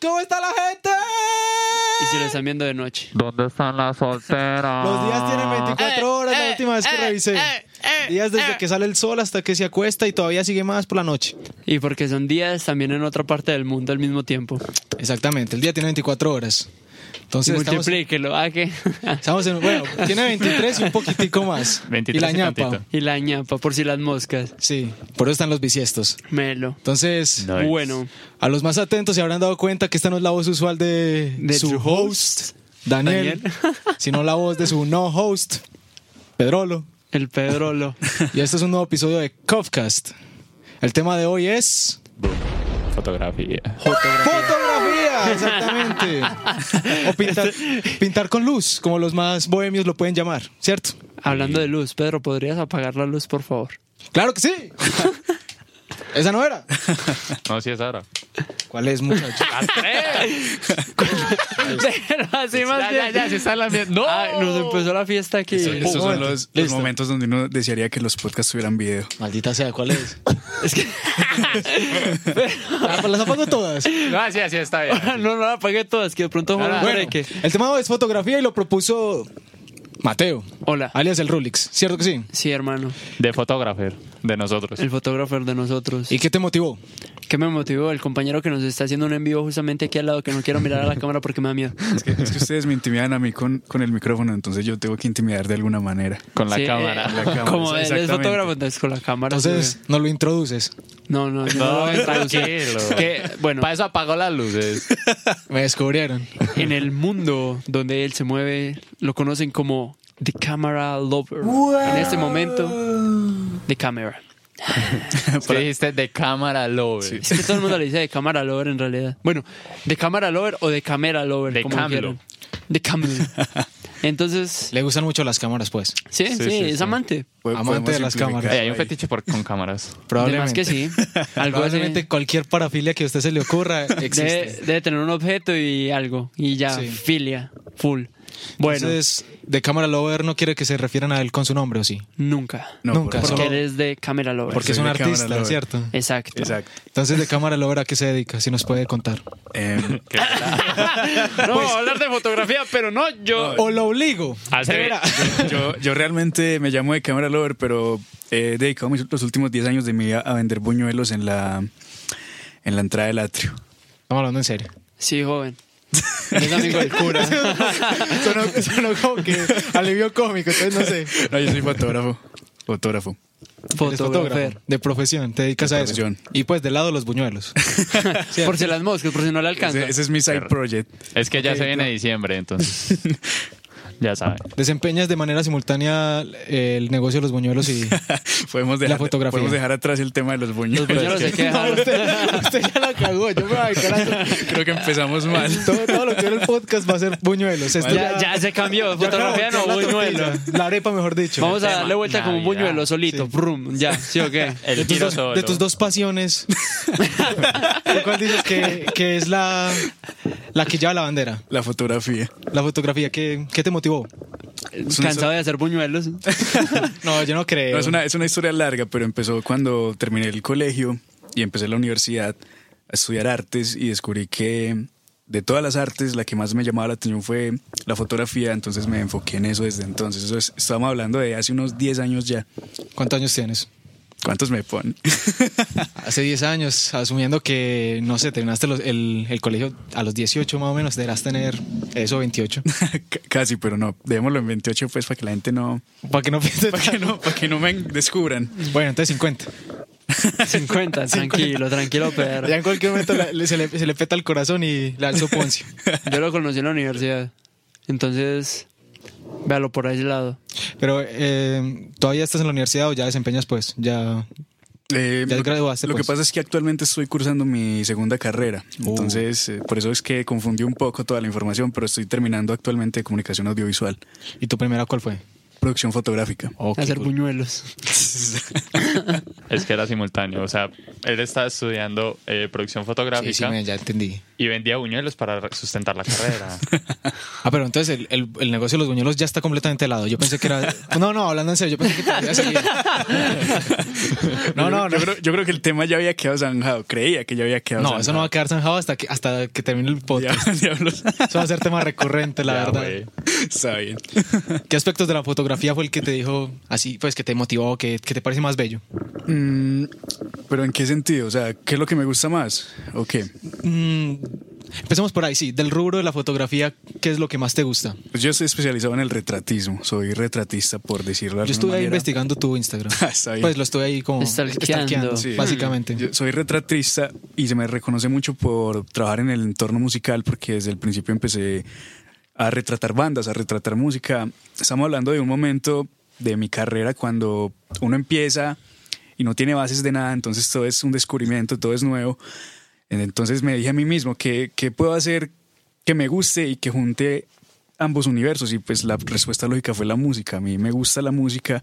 ¿Cómo está la gente? Y si lo están viendo de noche. ¿Dónde están las solteras? Los días Ah. tienen 24 horas, la última vez que revisé. Días desde que sale el sol hasta que se acuesta y todavía sigue más por la noche. Y porque son días también en otra parte del mundo al mismo tiempo. Exactamente, el día tiene 24 horas. Y Entonces estamos, multiplíquelo. ¿A qué? estamos en. Bueno, tiene 23 y un poquitico más. 23 y la y ñapa. tantito. y la ñapa, por si las moscas. Sí, por eso están los bisiestos. Melo. Entonces, No es. Bueno, a los más atentos se habrán dado cuenta que esta no es la voz usual de, De su su host, Daniel, sino la voz de su no host, Pedrolo. el Pedrolo. Y este es un nuevo episodio de Cofcast. El tema de hoy es Fotografía. fotografía, exactamente. O pintar, Este pintar con luz, como los más bohemios lo pueden llamar, ¿cierto? Hablando de luz, Pedro, ¿podrías apagar la luz, por favor? Claro que sí. Esa no era. No, sí es ahora. ¿Cuál es, muchacho? Eh, Pero así más bien. está la mierda. No. Ah, nos empezó la fiesta aquí. Estos son momento. los, los Listo. momentos donde uno desearía que los podcasts tuvieran video. Maldita sea, ¿cuál es? Es que... Ah, pues las apago todas. No, sí, así está bien. no, no la apagué todas, que de pronto Juan Ah, André, Bueno, que... el tema hoy es fotografía y lo propuso Mateo, Hola. alias el Rulix, ¿cierto que sí? Sí, hermano. De fotógrafo, de nosotros. El fotógrafo de nosotros. ¿Y qué te motivó? ¿Qué me motivó? El compañero que nos está haciendo un en vivo justamente aquí al lado, que no quiero mirar a la cámara porque me da miedo. Es que, es que ustedes me intimidan a mí con, con el micrófono, entonces yo tengo que intimidar de alguna manera. Con la Sí, cámara. eh, La cámara, Como él es exactamente. fotógrafo, entonces con la cámara. Entonces, no lo introduces. sí. No, no, yo no, No, lo voy a traducir. tranquilo. Que, bueno, Para eso apagó las luces. Me descubrieron. en el mundo donde él se mueve, lo conocen como The Camera Lover. En este momento, The Camera. Sí, dijiste de cámara lover. Es que todo el mundo le dice The Camera Lover en realidad. Bueno, The Camera Lover o The Camera Lover. The como Camlo. quieran. The Camlo. Entonces, Le gustan mucho las cámaras, pues. sí, sí, sí, es sí. amante. Po- Amante podemos de las simplificar cámaras. Eh, hay un ahí. fetiche por, con cámaras. Además Probablemente. que sí. Algo así. Probablemente cualquier parafilia que a usted se le ocurra existe. Debe, debe tener un objeto y algo. Y ya, Sí. filia, full. Bueno, Entonces, de cámara lover no quiere que se refieran a él con su nombre, ¿o sí? nunca. No, Nunca, por Porque solo- favor. eres de Camera Lover. Porque es Soy un de cámara artista, lover. ¿cierto? Exacto. Exacto. Entonces, de cámara lover, ¿a qué se dedica? Si nos puede contar. Em, No, Pues- hablar de fotografía, pero no yo. O lo obligo. Hacer, yo, yo realmente me llamo de cámara lover, pero he dedicado mis, los últimos 10 años de mi vida a vender buñuelos en la, en la entrada del atrio. Estamos hablando en serio. Sí, joven. Es amigo del cura. Sonó, sonó como que alivio cómico, entonces no sé. No, yo soy fotógrafo. Fotógrafo. Eres fotógrafo Fotógrafo. de profesión, te dedicas De a eso. profesión. Y pues de lado los buñuelos. Por si las moscas, por si no le alcanza. Ese, ese es mi side project. Es que ya se viene diciembre, entonces. ya saben. Desempeñas de manera simultánea el negocio de los buñuelos y Podemos dejar, La fotografía. podemos dejar atrás el tema de los buñuelos. Los buñuelos se quejan. Pues, usted ya la cagó, yo me voy a dedicar a eso. Creo que empezamos mal. todo, todo lo que era el podcast va a ser buñuelos. Esto Ya, ya se cambió. ya acabó, Fotografía no, la buñuelo. tortilla, La arepa, mejor dicho. Vamos a Tema, darle vuelta como un Navidad. buñuelo solito. Brum, ya, ¿sí o qué? El de, tus tiro dos, solo. de tus dos pasiones. ¿de ¿Cuál dices que, que es la, la que lleva la bandera? La fotografía. La fotografía, ¿qué, qué te motivó? Cansado de hacer buñuelos. No, yo no creo. No, es, una, es una historia larga, pero empezó cuando terminé el colegio y empecé la universidad a estudiar artes y descubrí que de todas las artes la que más me llamaba la atención fue la fotografía, entonces me enfoqué en eso desde entonces. Eso es- estábamos hablando de hace unos 10 años ya. ¿Cuántos años tienes? ¿Cuántos me ponen? Hace 10 años, asumiendo que, no sé, terminaste los- el, el colegio a los 18 más o menos, deberás tener eso, 28. C- Casi, pero no. Dejémoslo en 28 pues para que la gente no... Para que no pienses. Para que no, para que no me descubran. Bueno, entonces 50. 50, tranquilo, tranquilo, Pedro. Ya en cualquier momento la- le- se, le, se le peta el corazón y le alzo Poncio. Yo lo conocí en la universidad. Entonces, véalo por ese lado. Pero eh, todavía estás en la universidad o ya desempeñas, pues, ya. Eh, Ya lo- graduaste, Lo pues. que pasa es que actualmente estoy cursando mi segunda carrera. Uh. Entonces, eh, por eso es que confundí un poco toda la información, pero estoy terminando actualmente comunicación audiovisual, ¿Y tu primera cuál fue? producción fotográfica. Oh. Hacer buñuelos. Es que era simultáneo. O sea, él está estudiando eh, producción fotográfica. Sí, sí, me- ya entendí. Y vendía buñuelos para sustentar la carrera. Ah, pero entonces el, el- el negocio de los buñuelos ya está completamente helado. Yo pensé que era. No, no, hablando en serio, yo pensé que todavía seguía. No, no, no. Yo creo, yo creo que el tema ya había quedado zanjado. Creía que ya había quedado No, eso no va a zanjado. quedar zanjado hasta que, hasta que termine el podcast. Ya- diablos. Eso va a ser tema recurrente, la Ya, verdad. güey. Está bien. ¿Qué aspectos de la fotografía fue el que te dijo así, pues que te motivó, que, que te parece más bello? Mm, pero ¿en qué sentido? O sea, ¿qué es lo que me gusta más? ¿O qué? Mm, empecemos por ahí, sí. Del rubro de la fotografía, ¿qué es lo que más te gusta? Pues yo estoy especializado en el retratismo. Soy retratista, por Yo decirlo de alguna estuve ahí manera. investigando tu Instagram. Ah, está bien. Pues lo estuve ahí como Stalkeando. stalkeando, Sí. básicamente. Yo soy retratista y se me reconoce mucho por trabajar en el entorno musical porque desde el principio empecé a retratar bandas, a retratar música. Estamos hablando de un momento de mi carrera cuando uno empieza y no tiene bases de nada, entonces todo es un descubrimiento, todo es nuevo. Entonces me dije a mí mismo que qué puedo hacer que me guste y que junte ambos universos y pues la respuesta lógica fue la música. A mí me gusta la música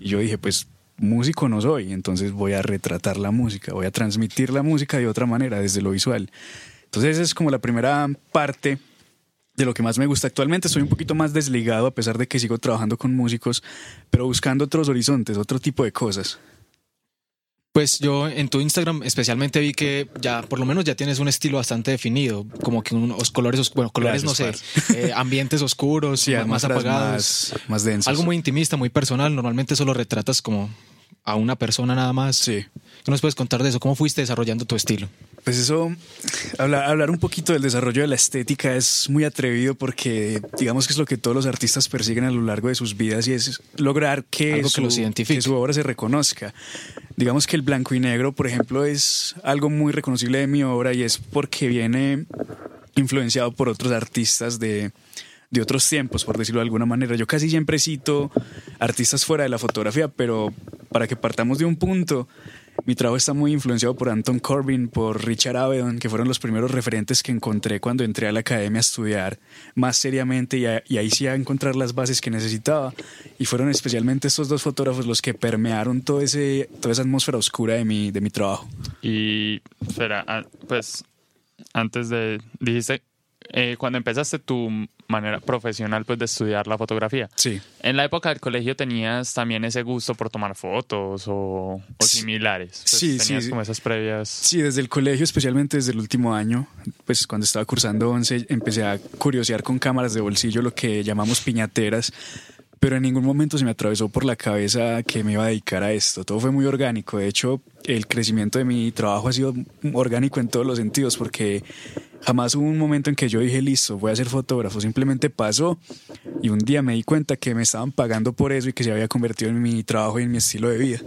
y yo dije pues músico no soy, entonces voy a retratar la música, voy a transmitir la música de otra manera desde lo visual. Entonces esa es como la primera parte de lo que más me gusta actualmente. Soy un poquito más desligado a pesar de que sigo trabajando con músicos, pero buscando otros horizontes, otro tipo de cosas. Pues yo en tu Instagram especialmente vi que ya, por lo menos ya tienes un estilo bastante definido, como que unos colores, os- bueno, colores Gracias, no sé, eh, ambientes oscuros, Sí, más atmósferas apagados, más, más densas. algo muy intimista, muy personal. Normalmente solo retratas como a una persona nada más. Sí. ¿Qué nos puedes contar de eso? ¿Cómo fuiste desarrollando tu estilo? Pues eso, habla- hablar un poquito del desarrollo de la estética es muy atrevido porque digamos que es lo que todos los artistas persiguen a lo largo de sus vidas y es lograr que, Algo que su, los identifique. que su obra se reconozca. Digamos que el blanco y negro, por ejemplo, es algo muy reconocible de mi obra y es porque viene influenciado por otros artistas de, de otros tiempos, por decirlo de alguna manera. Yo casi siempre cito artistas fuera de la fotografía, pero para que partamos de un punto, mi trabajo está muy influenciado por Anton Corbin, por Richard Avedon, que fueron los primeros referentes que encontré cuando entré a la academia a estudiar más seriamente y, a- y ahí sí a encontrar las bases que necesitaba. Y fueron especialmente estos dos fotógrafos los que permearon todo ese, toda esa atmósfera oscura de mi, de mi trabajo. Y, espera, ah, pues, antes de, dijiste, eh, cuando empezaste tu manera profesional, pues, de estudiar la fotografía, Sí. en la época del colegio tenías también ese gusto por tomar fotos o, o Sí. similares. Pues, Sí, sí, tenías sí. como esas previas. Sí, desde el colegio, especialmente desde el último año, pues cuando estaba cursando 11, empecé a curiosear con cámaras de bolsillo, lo que llamamos piñateras, pero en ningún momento se me atravesó por la cabeza que me iba a dedicar a esto. Todo fue muy orgánico. De hecho, el crecimiento de mi trabajo ha sido orgánico en todos los sentidos, porque jamás hubo un momento en que yo dije, listo, voy a ser fotógrafo. Simplemente pasó y un día me di cuenta que me estaban pagando por eso y que se había convertido en mi trabajo y en mi estilo de vida.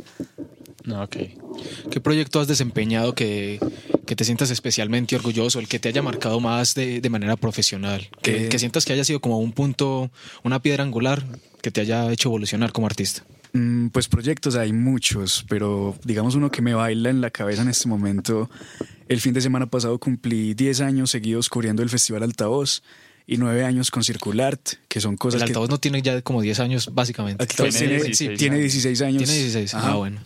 No, ok. Ah, ¿Qué proyecto has desempeñado que, que te sientas especialmente orgulloso, el que te haya marcado más de, de manera profesional? Que, Eh. que sientas que haya sido como un punto, una piedra angular que te haya hecho evolucionar como artista. Mm, Pues proyectos hay muchos, pero digamos uno que me baila en la cabeza en este momento. El fin de semana pasado cumplí 10 años seguidos cubriendo el Festival Altavoz y 9 años con Circulart, que son el cosas Pues que... altavoz no tiene ya como 10 años, básicamente. Altavoz Tiene tiene, 16 tiene años. 16 años. Tiene 16. Ajá. Ah, bueno.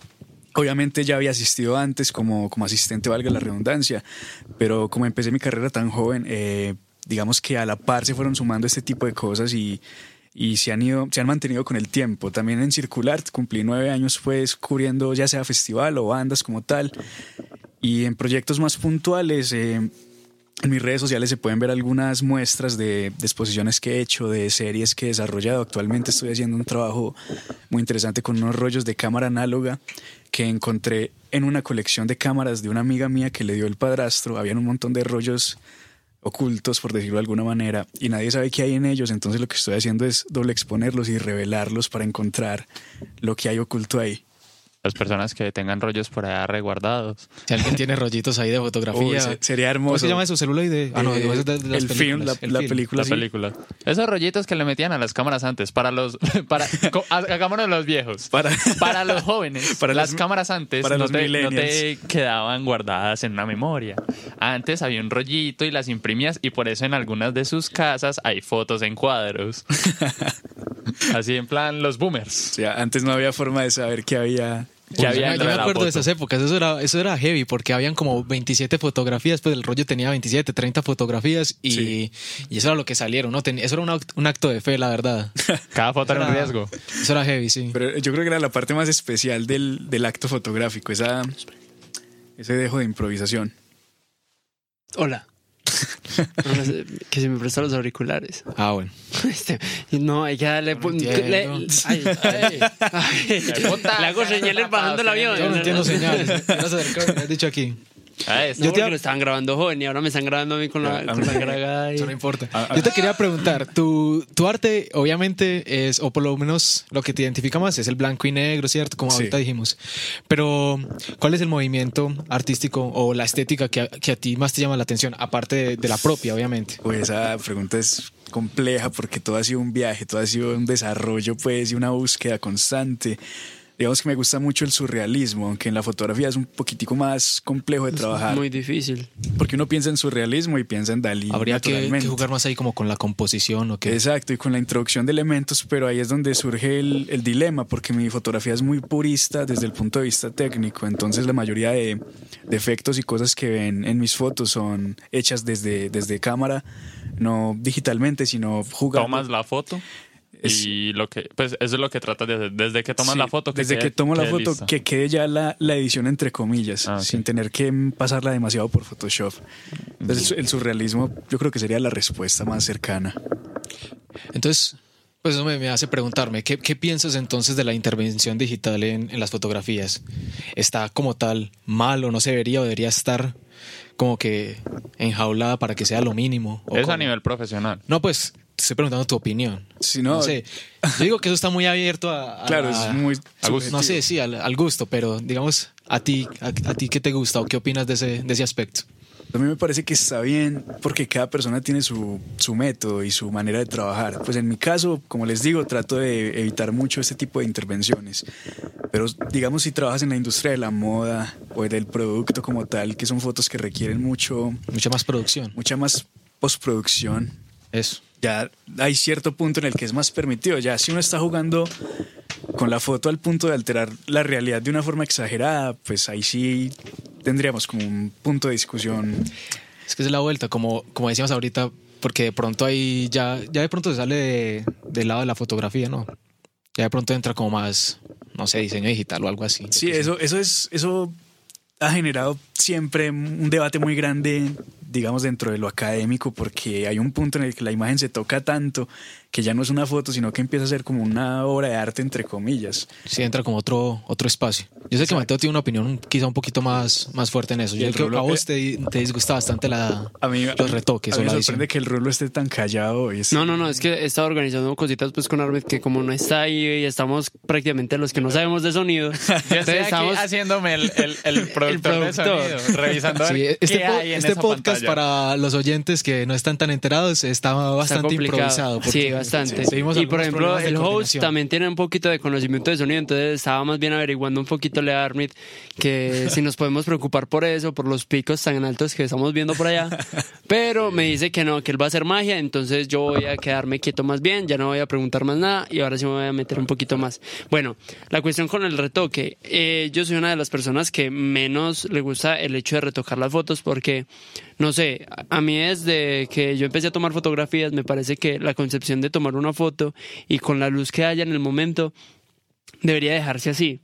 Obviamente ya había asistido antes como, como asistente, valga la redundancia, pero como empecé mi carrera tan joven, eh, digamos que a la par se fueron sumando este tipo de cosas y, y se, han ido, se han mantenido con el tiempo. También en Circular cumplí nueve años pues cubriendo ya sea festival o bandas como tal. Y en proyectos más puntuales, eh, en mis redes sociales se pueden ver algunas muestras de, de exposiciones que he hecho, de series que he desarrollado. Actualmente estoy haciendo un trabajo muy interesante con unos rollos de cámara análoga que encontré en una colección de cámaras de una amiga mía que le dio el padrastro. Habían un montón de rollos ocultos, por decirlo de alguna manera, y nadie sabe qué hay en ellos. Entonces lo que estoy haciendo es doble exponerlos y revelarlos para encontrar lo que hay oculto ahí. Las personas que tengan rollos por allá reguardados. Si alguien tiene rollitos ahí de Uy, fotografía. se- sería ¿Cómo hermoso. se llama su celuloide? Ah, no, Eh, digo, es de- de las el películas, film, la, el la film. Ah, película. La sí. película. Esos rollitos que le metían a las cámaras antes, para los. Para, co- ha- hagámonos los viejos. Para- Para los jóvenes. Para las los- cámaras antes para no, los te, no te millennials. quedaban guardadas en una memoria. Antes había un rollito y las imprimías, y por eso en algunas de sus casas hay fotos en cuadros. Así en plan los boomers. O sea, antes no había forma de saber qué había, Ya Yo había me- yo me entrado la acuerdo de foto. esas épocas, eso era, eso era heavy porque habían como 27 fotografías, pues el rollo tenía 27, 30 fotografías y, Sí. y eso era lo que salieron, ¿no? Ten- eso era un act- un acto de fe, la verdad. Cada foto era un Era- riesgo. Eso era heavy, sí. Pero yo creo que era la parte más especial del, del acto fotográfico, esa, ese dejo de improvisación. Hola. No, no sé, que se me prestan los auriculares. Ah, bueno. Este, no, hay que darle. No pu- entiendo. le- ay, ay, ay. Le hago señales bajando el avión. Yo no entiendo señales. Yo no sé de qué me has dicho aquí. Ah, Yo te lo estaban grabando joven y ahora me están grabando a mí con la, A- con la gragada. y- Eso no importa. Yo te quería preguntar, tu, tu arte obviamente es, o por lo menos lo que te identifica más, es el blanco y negro, ¿cierto? Como Sí. ahorita dijimos. Pero, ¿cuál es el movimiento artístico o la estética que a, que a ti más te llama la atención? Aparte de, de la propia, obviamente. Pues esa pregunta es compleja porque todo ha sido un viaje, todo ha sido un desarrollo, pues, y una búsqueda constante. Digamos que me gusta mucho el surrealismo, aunque en la fotografía es un poquitico más complejo de trabajar, Muy difícil. porque uno piensa en surrealismo y piensa en Dalí. Habría que, que naturalmente. jugar más ahí como con la composición o que... Exacto, y con la introducción de elementos, pero ahí es donde surge el, el dilema, porque mi fotografía es muy purista desde el punto de vista técnico, entonces la mayoría de, de efectos y cosas que ven en mis fotos son hechas desde, desde cámara, no digitalmente, sino jugando. Tomas la foto Es- y lo que. Pues eso es lo que tratas de hacer. Desde que tomas Sí, la foto. desde quede- que tomo la quede foto, lista. que quede ya la, la edición entre comillas, Ah, ok. sin tener que pasarla demasiado por Photoshop. Entonces el surrealismo yo creo que sería la respuesta más cercana. Entonces, pues eso me, me hace preguntarme, ¿qué, qué piensas entonces de la intervención digital en, en las fotografías? ¿Está como tal mal o no se debería o debería estar como que enjaulada para que sea lo mínimo? ¿O Eso cómo? a nivel profesional. No, pues te estoy preguntando tu opinión. Si no, No sé, yo digo que eso está muy abierto a... a claro, la- es muy... a gusto. No sé, sí, al, al gusto, pero digamos, a ti, a, a ti qué te gusta o qué opinas de ese, de ese aspecto. A mí me parece que está bien porque cada persona tiene su, su método y su manera de trabajar. Pues en mi caso, como les digo, trato de evitar mucho este tipo de intervenciones. Pero digamos si trabajas en la industria de la moda o del producto como tal, que son fotos que requieren mucho, Mucha más producción. mucha más postproducción, Eso. ya hay cierto punto en el que es más permitido. Ya si uno está jugando con la foto al punto de alterar la realidad de una forma exagerada, pues ahí sí tendríamos como un punto de discusión Es que es la vuelta, como, como decíamos ahorita, porque de pronto ahí ya, ya de pronto se sale de- del lado de la fotografía, ¿no? Ya de pronto entra como más, no sé, diseño digital o algo así. Sí, eso, eso es, eso ha generado siempre un debate muy grande, digamos, dentro de lo académico, porque hay un punto en el que la imagen se toca tanto que ya no es una foto, sino que empieza a ser como una obra de arte, entre comillas. Sí, entra como otro, otro espacio. Yo sé que Mateo tiene una opinión quizá un poquito más, más fuerte en eso. Yo el creo que a reloj- vos te, te disgusta bastante la, A mí, los retoques a o mí la me edición. sorprende que el rulo esté tan callado hoy. Es- No, no, no, es que he estado organizando cositas pues con Arvid que como no está ahí y estamos prácticamente los que no sabemos de sonido. Yo entonces estoy aquí estamos haciéndome el, el, el productor de productor. sonido, revisando a ver Sí, qué este, po- hay en este esa podcast pantalla. para los oyentes que no están tan enterados está está bastante complicado. improvisado. porque- Sí, bastante. sí, tuvimos y algunos por ejemplo, problemas de el host coordinación. también tiene un poquito de conocimiento de sonido, entonces estaba más bien averiguando un poquito le a Armit que si nos podemos preocupar por eso, por los picos tan altos que estamos viendo por allá. Pero me dice que no, que él va a hacer magia, entonces yo voy a quedarme quieto más bien, ya no voy a preguntar más nada y ahora sí me voy a meter un poquito más. Bueno, la cuestión con el retoque. eh, yo soy una de las personas que menos le gusta el hecho de retocar las fotos porque, no sé, a- a mí desde que yo empecé a tomar fotografías me parece que la concepción de tomar una foto y con la luz que haya en el momento debería dejarse así.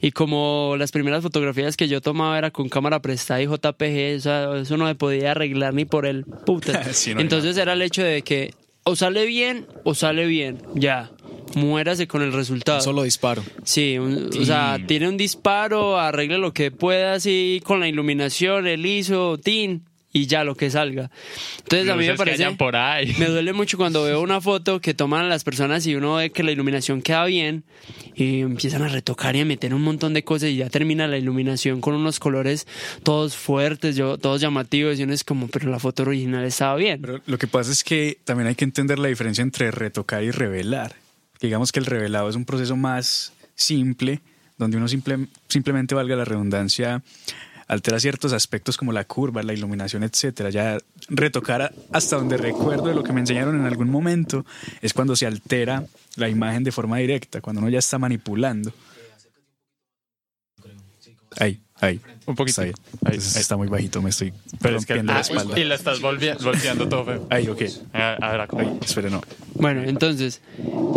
Y como las primeras fotografías que yo tomaba era con cámara prestada y JPG, o sea, eso no me podía arreglar ni por el puta. Sí, no hay Entonces era el hecho de que o sale bien o sale bien, ya. Muérase con el resultado. Un solo disparo. Sí, un- o sea, tiene un disparo, arregle lo que pueda así con la iluminación, el ISO, tin y ya lo que salga. Entonces a mí Luces me que parece hayan por ahí. me duele mucho cuando veo una foto que toman las personas y uno ve que la iluminación queda bien y empiezan a retocar y a meter un montón de cosas y ya termina la iluminación con unos colores todos fuertes, yo, todos llamativos y uno es como, pero la foto original estaba bien. Pero lo que pasa es que también hay que entender la diferencia entre retocar y revelar. Digamos que el revelado es un proceso más simple, donde uno simple- simplemente, valga la redundancia, altera ciertos aspectos como la curva, la iluminación, etcétera. Ya retocar a- hasta donde recuerdo de lo que me enseñaron en algún momento es cuando se altera la imagen de forma directa, cuando uno ya está manipulando. Ahí, ahí. Un poquito. Está bien. Ahí, Entonces ahí. está muy bajito, me estoy Pero es que rompiendo ah, la espalda. y la estás volvi- volteando todo feo. Ahí, ok. Ah, A ver, ¿a Ahí, cómo? espera, no. Bueno, entonces,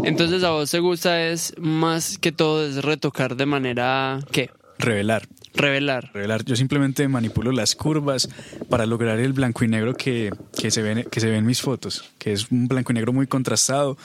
entonces a vos te gusta es más que todo es retocar de manera ¿qué? Revelar. Revelar. revelar. Yo simplemente manipulo las curvas para lograr el blanco y negro que, que se ven, que se ven mis fotos, que es un blanco y negro muy contrastado,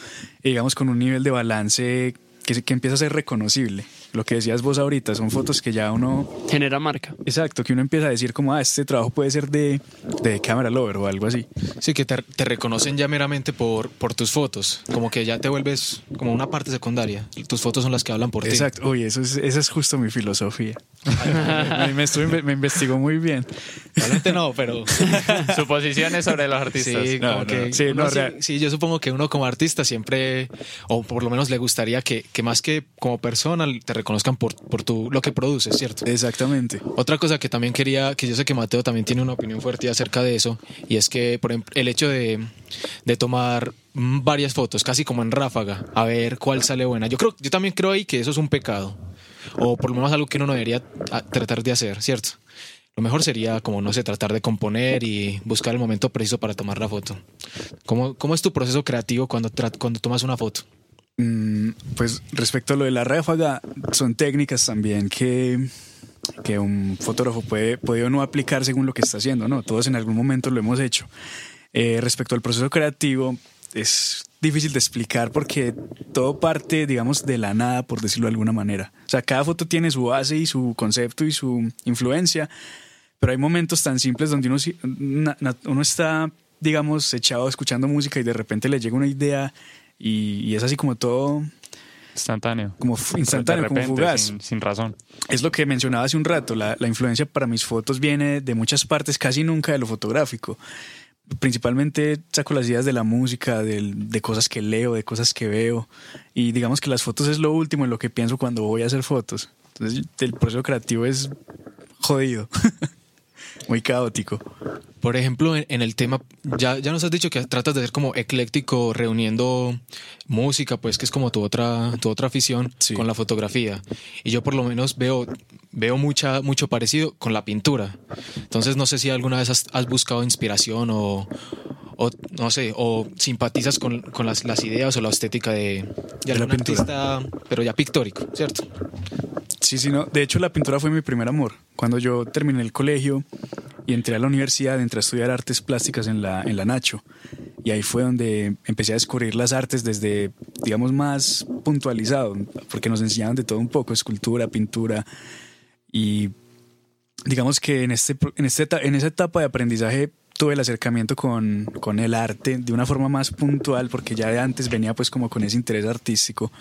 y digamos con un nivel de balance que, se- que empieza a ser reconocible. Lo que decías vos ahorita, son fotos que ya uno, Genera marca. exacto, que uno empieza a decir como, ah, este trabajo puede ser de, de camera lover o algo así. Sí, que te, te reconocen ya meramente por, por tus fotos, como que ya te vuelves como una parte secundaria. Tus fotos son las que hablan por ti. Exacto, oye, eso es, esa es justo mi filosofía. me, me estuve- me investigó muy bien. Realmente no, pero Suposiciones sobre los artistas. sí, No, como no, que no. Sí, uno no, sí- real- sí, yo supongo que uno como artista siempre, o por lo menos le gustaría que, que más que como persona te reconozcan por, por tu, lo que produces, ¿cierto? Exactamente. Otra cosa que también quería, que yo sé que Mateo también tiene una opinión fuerte acerca de eso, y es que, por ejemplo, el hecho de, de tomar mm, varias fotos, casi como en ráfaga, a ver cuál sale buena. Yo creo, yo también creo ahí que eso es un pecado, o por lo menos algo que uno no debería ah, tratar de hacer, ¿cierto? Lo mejor sería, como no sé, tratar de componer y buscar el momento preciso para tomar la foto. ¿Cómo, cómo es tu proceso creativo cuando, tra- cuando tomas una foto? Mm, Pues respecto a lo de la ráfaga, son técnicas también que, que un fotógrafo puede, puede o no aplicar según lo que está haciendo, ¿no? Todos en algún momento lo hemos hecho. Eh, respecto al proceso creativo, es difícil de explicar porque todo parte, digamos, de la nada, por decirlo de alguna manera. O sea, cada foto tiene su base y su concepto y su influencia, pero hay momentos tan simples donde uno, si- na- na- uno está, digamos, echado escuchando música y de repente le llega una idea y, y es así como todo, Instantáneo. como fu- instantáneo, de como repente, fugaz. Sin, sin razón. Es lo que mencionaba hace un rato, la, la influencia para mis fotos viene de muchas partes, casi nunca de lo fotográfico. Principalmente saco las ideas de la música, del- de cosas que leo, de cosas que veo. Y digamos que las fotos es lo último en lo que pienso cuando voy a hacer fotos. Entonces el proceso creativo es jodido, muy caótico. Por ejemplo, en, en el tema, ya, ya nos has dicho que tratas de ser como ecléctico reuniendo música, pues que es como tu otra, tu otra afición Sí. con la fotografía. Y yo por lo menos veo, veo mucha, mucho parecido con la pintura. Entonces no sé si alguna vez has, has buscado inspiración o, o, no sé, o simpatizas con, con las, las ideas o la estética de, De la de algún pintura. artista, pero ya pictórico, ¿cierto? Sí, sí, no. De hecho, la pintura fue mi primer amor. Cuando yo terminé el colegio y entré a la universidad, entré a estudiar artes plásticas en la, en la Nacho. Y ahí fue donde empecé a descubrir las artes desde, digamos, más puntualizado, porque nos enseñaban de todo un poco, escultura, pintura. Y digamos que en, este, pro- en, este, eta- en esa etapa de aprendizaje tuve el acercamiento con, con el arte de una forma más puntual, porque ya de antes venía pues como con ese interés artístico.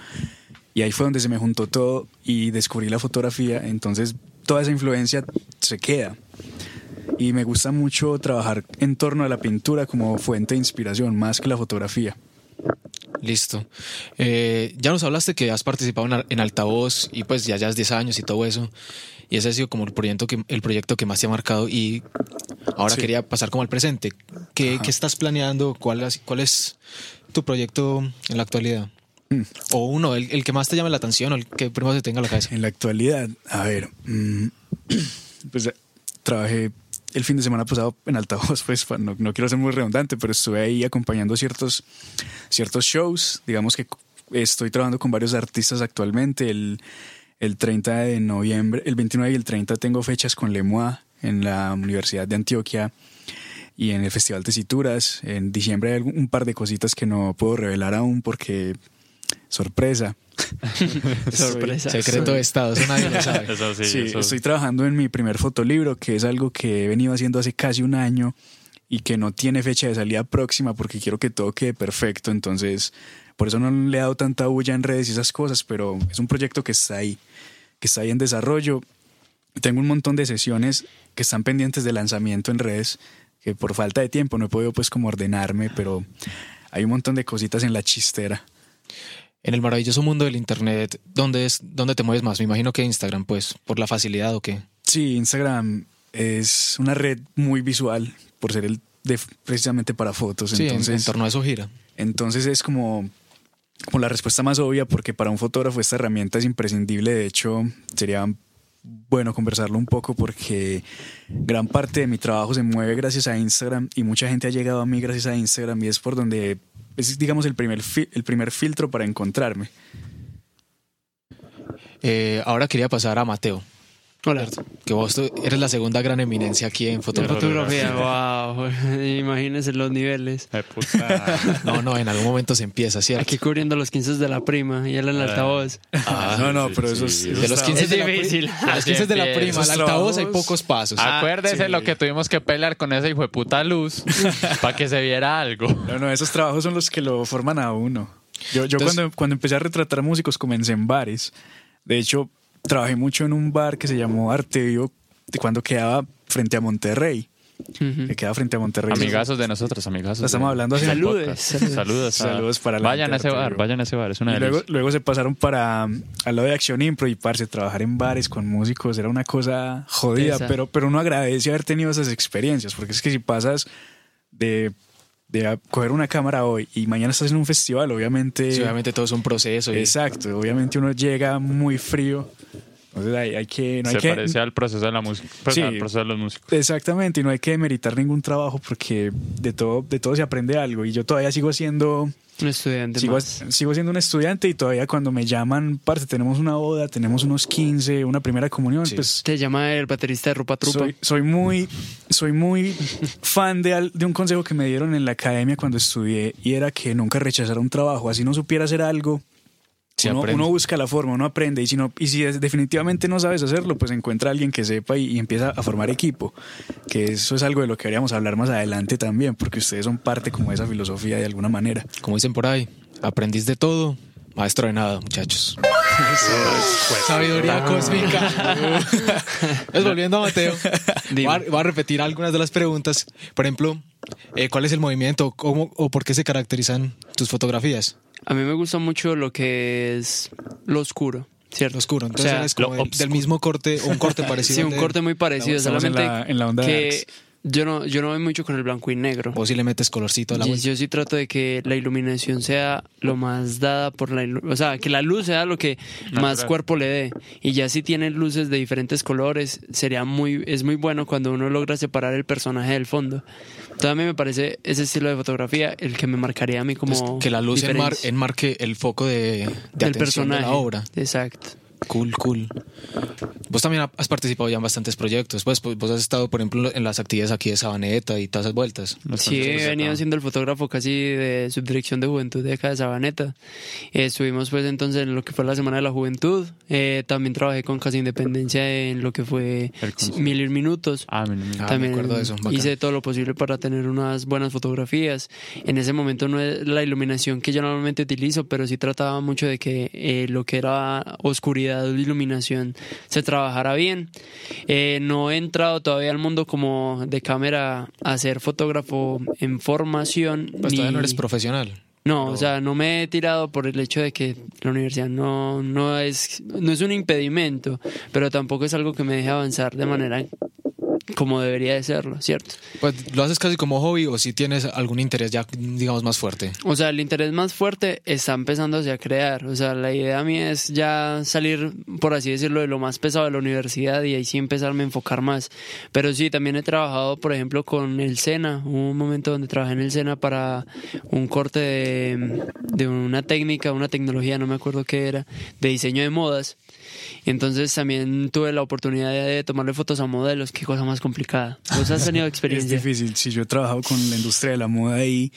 Y ahí fue donde se me juntó todo y descubrí la fotografía. Entonces, toda esa influencia se queda. Y me gusta mucho trabajar en torno a la pintura como fuente de inspiración, más que la fotografía. Listo. Eh, ya nos hablaste que has participado en, al- en Altavoz y pues ya llevas 10 años y todo eso. Y ese ha sido como el proyecto que, el proyecto que más te ha marcado. Y ahora Sí. quería pasar como al presente. ¿Qué, qué estás planeando? ¿Cuál, has- ¿Cuál es tu proyecto en la actualidad? Mm. O uno, el, el que más te llame la atención o el que primero se tenga en la cabeza. En la actualidad, a ver, mm, pues eh, trabajé el fin de semana pasado en altavoz, pues pa- no, no quiero ser muy redundante, pero estuve ahí acompañando ciertos, ciertos shows. Digamos que estoy trabajando con varios artistas actualmente. El, el 30 de noviembre, el 29 y el 30 tengo fechas con Lemois en la Universidad de Antioquia y en el Festival Tesituras. En diciembre hay algún- un par de cositas que no puedo revelar aún porque sorpresa. Sorpresa. Secreto de Estado, eso nadie lo sabe. Eso sí, Sí, eso- estoy trabajando en mi primer fotolibro, que es algo que he venido haciendo hace casi un año y que no tiene fecha de salida próxima porque quiero que todo quede perfecto. Entonces, por eso no le he dado tanta bulla en redes y esas cosas, pero es un proyecto que está ahí, que está ahí en desarrollo. Tengo un montón de sesiones que están pendientes de lanzamiento en redes, que por falta de tiempo no he podido pues como ordenarme, pero hay un montón de cositas en la chistera. En el maravilloso mundo del Internet, ¿dónde, es, ¿dónde te mueves más? Me imagino que Instagram, pues, por la facilidad o qué. Sí, Instagram es una red muy visual por ser el de, precisamente para fotos. Sí, en- Pues entonces, en torno a eso gira. entonces es como, como la respuesta más obvia porque para un fotógrafo esta herramienta es imprescindible. De hecho, sería bueno conversarlo un poco porque gran parte de mi trabajo se mueve gracias a Instagram y mucha gente ha llegado a mí gracias a Instagram y es por donde es, digamos, el primer, fi- el primer filtro para encontrarme. Eh, ahora quería pasar a Mateo, Hola. que vos tú eres la segunda gran eminencia aquí en fotografía. Fotografía, wow. Imagínense los niveles. Eh, puta. No, no, en algún momento se empieza, ¿cierto? Aquí cubriendo los 15 de la prima y él en el altavoz. Ah, no, no, sí, pero sí, eso es... sí. eso de los está- 15 Es de la pri- difícil. de los 15 de la prima, Esos al altavoz trabajos- hay pocos pasos. ¿ah? Acuérdese Ah, sí. lo que tuvimos que pelear con esa hijueputa luz para que se viera algo. No, no, esos trabajos son los que lo forman a uno. Yo, yo Entonces- cuando, cuando empecé a retratar músicos comencé en bares. De hecho, trabajé mucho en un bar que se llamó Arte Vivo de cuando quedaba frente a Monterrey. Que queda frente a Monterrey. Amigazos de nosotros, amigazos. Estamos de- hablando hace Saludes. podcast. Saludos. a- Saludos para la Vayan a ese gente de bar, Arturo. vayan a ese bar, es una Y luego, delicia. luego se pasaron para mm, al lado de Acción Impro y parce, trabajar en bares con músicos era una cosa jodida, Tesa. pero, pero uno agradece haber tenido esas experiencias, porque es que si pasas de, de a- coger una cámara hoy y mañana estás en un festival, obviamente. Sí, obviamente todo es un proceso. y- Exacto, obviamente uno llega muy frío. Entonces hay, hay que. No hay se que parece al proceso de la música, pues, Sí. al proceso de los músicos. Exactamente, y no hay que demeritar ningún trabajo porque de todo, de todo se aprende algo. Y yo todavía sigo siendo Un estudiante Sigo, más. sigo siendo un estudiante y todavía cuando me llaman, parte, tenemos una boda, tenemos unos 15, una primera comunión, Sí. pues Te llama el baterista de Rupa Trupa. soy, soy muy, soy muy fan de, al- de un consejo que me dieron en la academia cuando estudié y era que nunca rechazara un trabajo, así no supiera hacer algo. Se uno, aprende. uno busca la forma, uno aprende y si, no, y si es- definitivamente no sabes hacerlo, pues encuentra a alguien que sepa y, y empieza a formar equipo, que eso es algo de lo que deberíamos hablar más adelante también, porque ustedes son parte como de esa filosofía de alguna manera. Como dicen por ahí, aprendiz de todo, maestro de nada, muchachos. Sabiduría cósmica. Pues volviendo a Mateo, Dime. voy a, voy a repetir algunas de las preguntas. Por ejemplo, eh, ¿cuál es el movimiento ¿Cómo, o por qué se caracterizan tus fotografías? A mí me gusta mucho lo que es lo oscuro, ¿cierto? Lo oscuro. Entonces O sea, eres como lo del- del, obscuro. mismo corte o un corte parecido. Sí, al un de- corte muy parecido, Estamos en solamente la- en la onda que darks. yo no, yo no voy mucho con el blanco y negro. Vos pues, sí le metes colorcito a la Yo, vuelta. yo sí trato de que la iluminación sea lo más dada por la ilu- o sea, que la luz sea lo que más Natural. cuerpo le dé. Y ya si tienen luces de diferentes colores, sería muy es muy bueno cuando uno logra separar el personaje del fondo. Entonces a mí me parece ese estilo de fotografía el que me marcaría a mí como Entonces, pues, que la luz diferencia enmar- enmarque el foco de, de del atención personaje. de la obra. Exacto. Cool, cool. Vos también has participado ya en bastantes proyectos. Pues, pues, vos has estado, por ejemplo, en las actividades aquí de Sabaneta y todas esas vueltas. Sí, he venido siendo el fotógrafo casi de subdirección de juventud de acá de Sabaneta. Eh, estuvimos pues entonces en lo que fue la Semana de la Juventud. Eh, también trabajé con Casa Independencia en lo que fue El concierto. Mil y un Minutos. Ah, mi- mi- Ah, me también acuerdo de eso, bacán. hice todo lo posible para tener unas buenas fotografías. En ese momento no es la iluminación que yo normalmente utilizo, pero sí trataba mucho de que eh, lo que era oscuridad o iluminación se trabajara bien. Eh, no he entrado todavía al mundo como de cámara a ser fotógrafo en formación. Pues todavía ni- no eres profesional. no, o sea, no me he tirado por el hecho de que la universidad no, no, es, no es un impedimento, pero tampoco es algo que me deje avanzar de manera como debería de serlo, ¿cierto? Pues lo haces casi como hobby o si tienes algún interés ya, digamos, más fuerte. O sea, el interés más fuerte está empezándose a crear. O sea, la idea mía es ya salir, por así decirlo, de lo más pesado de la universidad y ahí sí empezarme a enfocar más. Pero sí, también he trabajado, por ejemplo, con el SENA. Hubo un momento donde trabajé en el SENA para un corte de, de una técnica, una tecnología, no me acuerdo qué era, de diseño de modas. Entonces también tuve la oportunidad de, de tomarle fotos a modelos. Qué cosa más complicada. ¿Vos has tenido Es experiencia? difícil. Si yo he trabajado con la industria de la moda y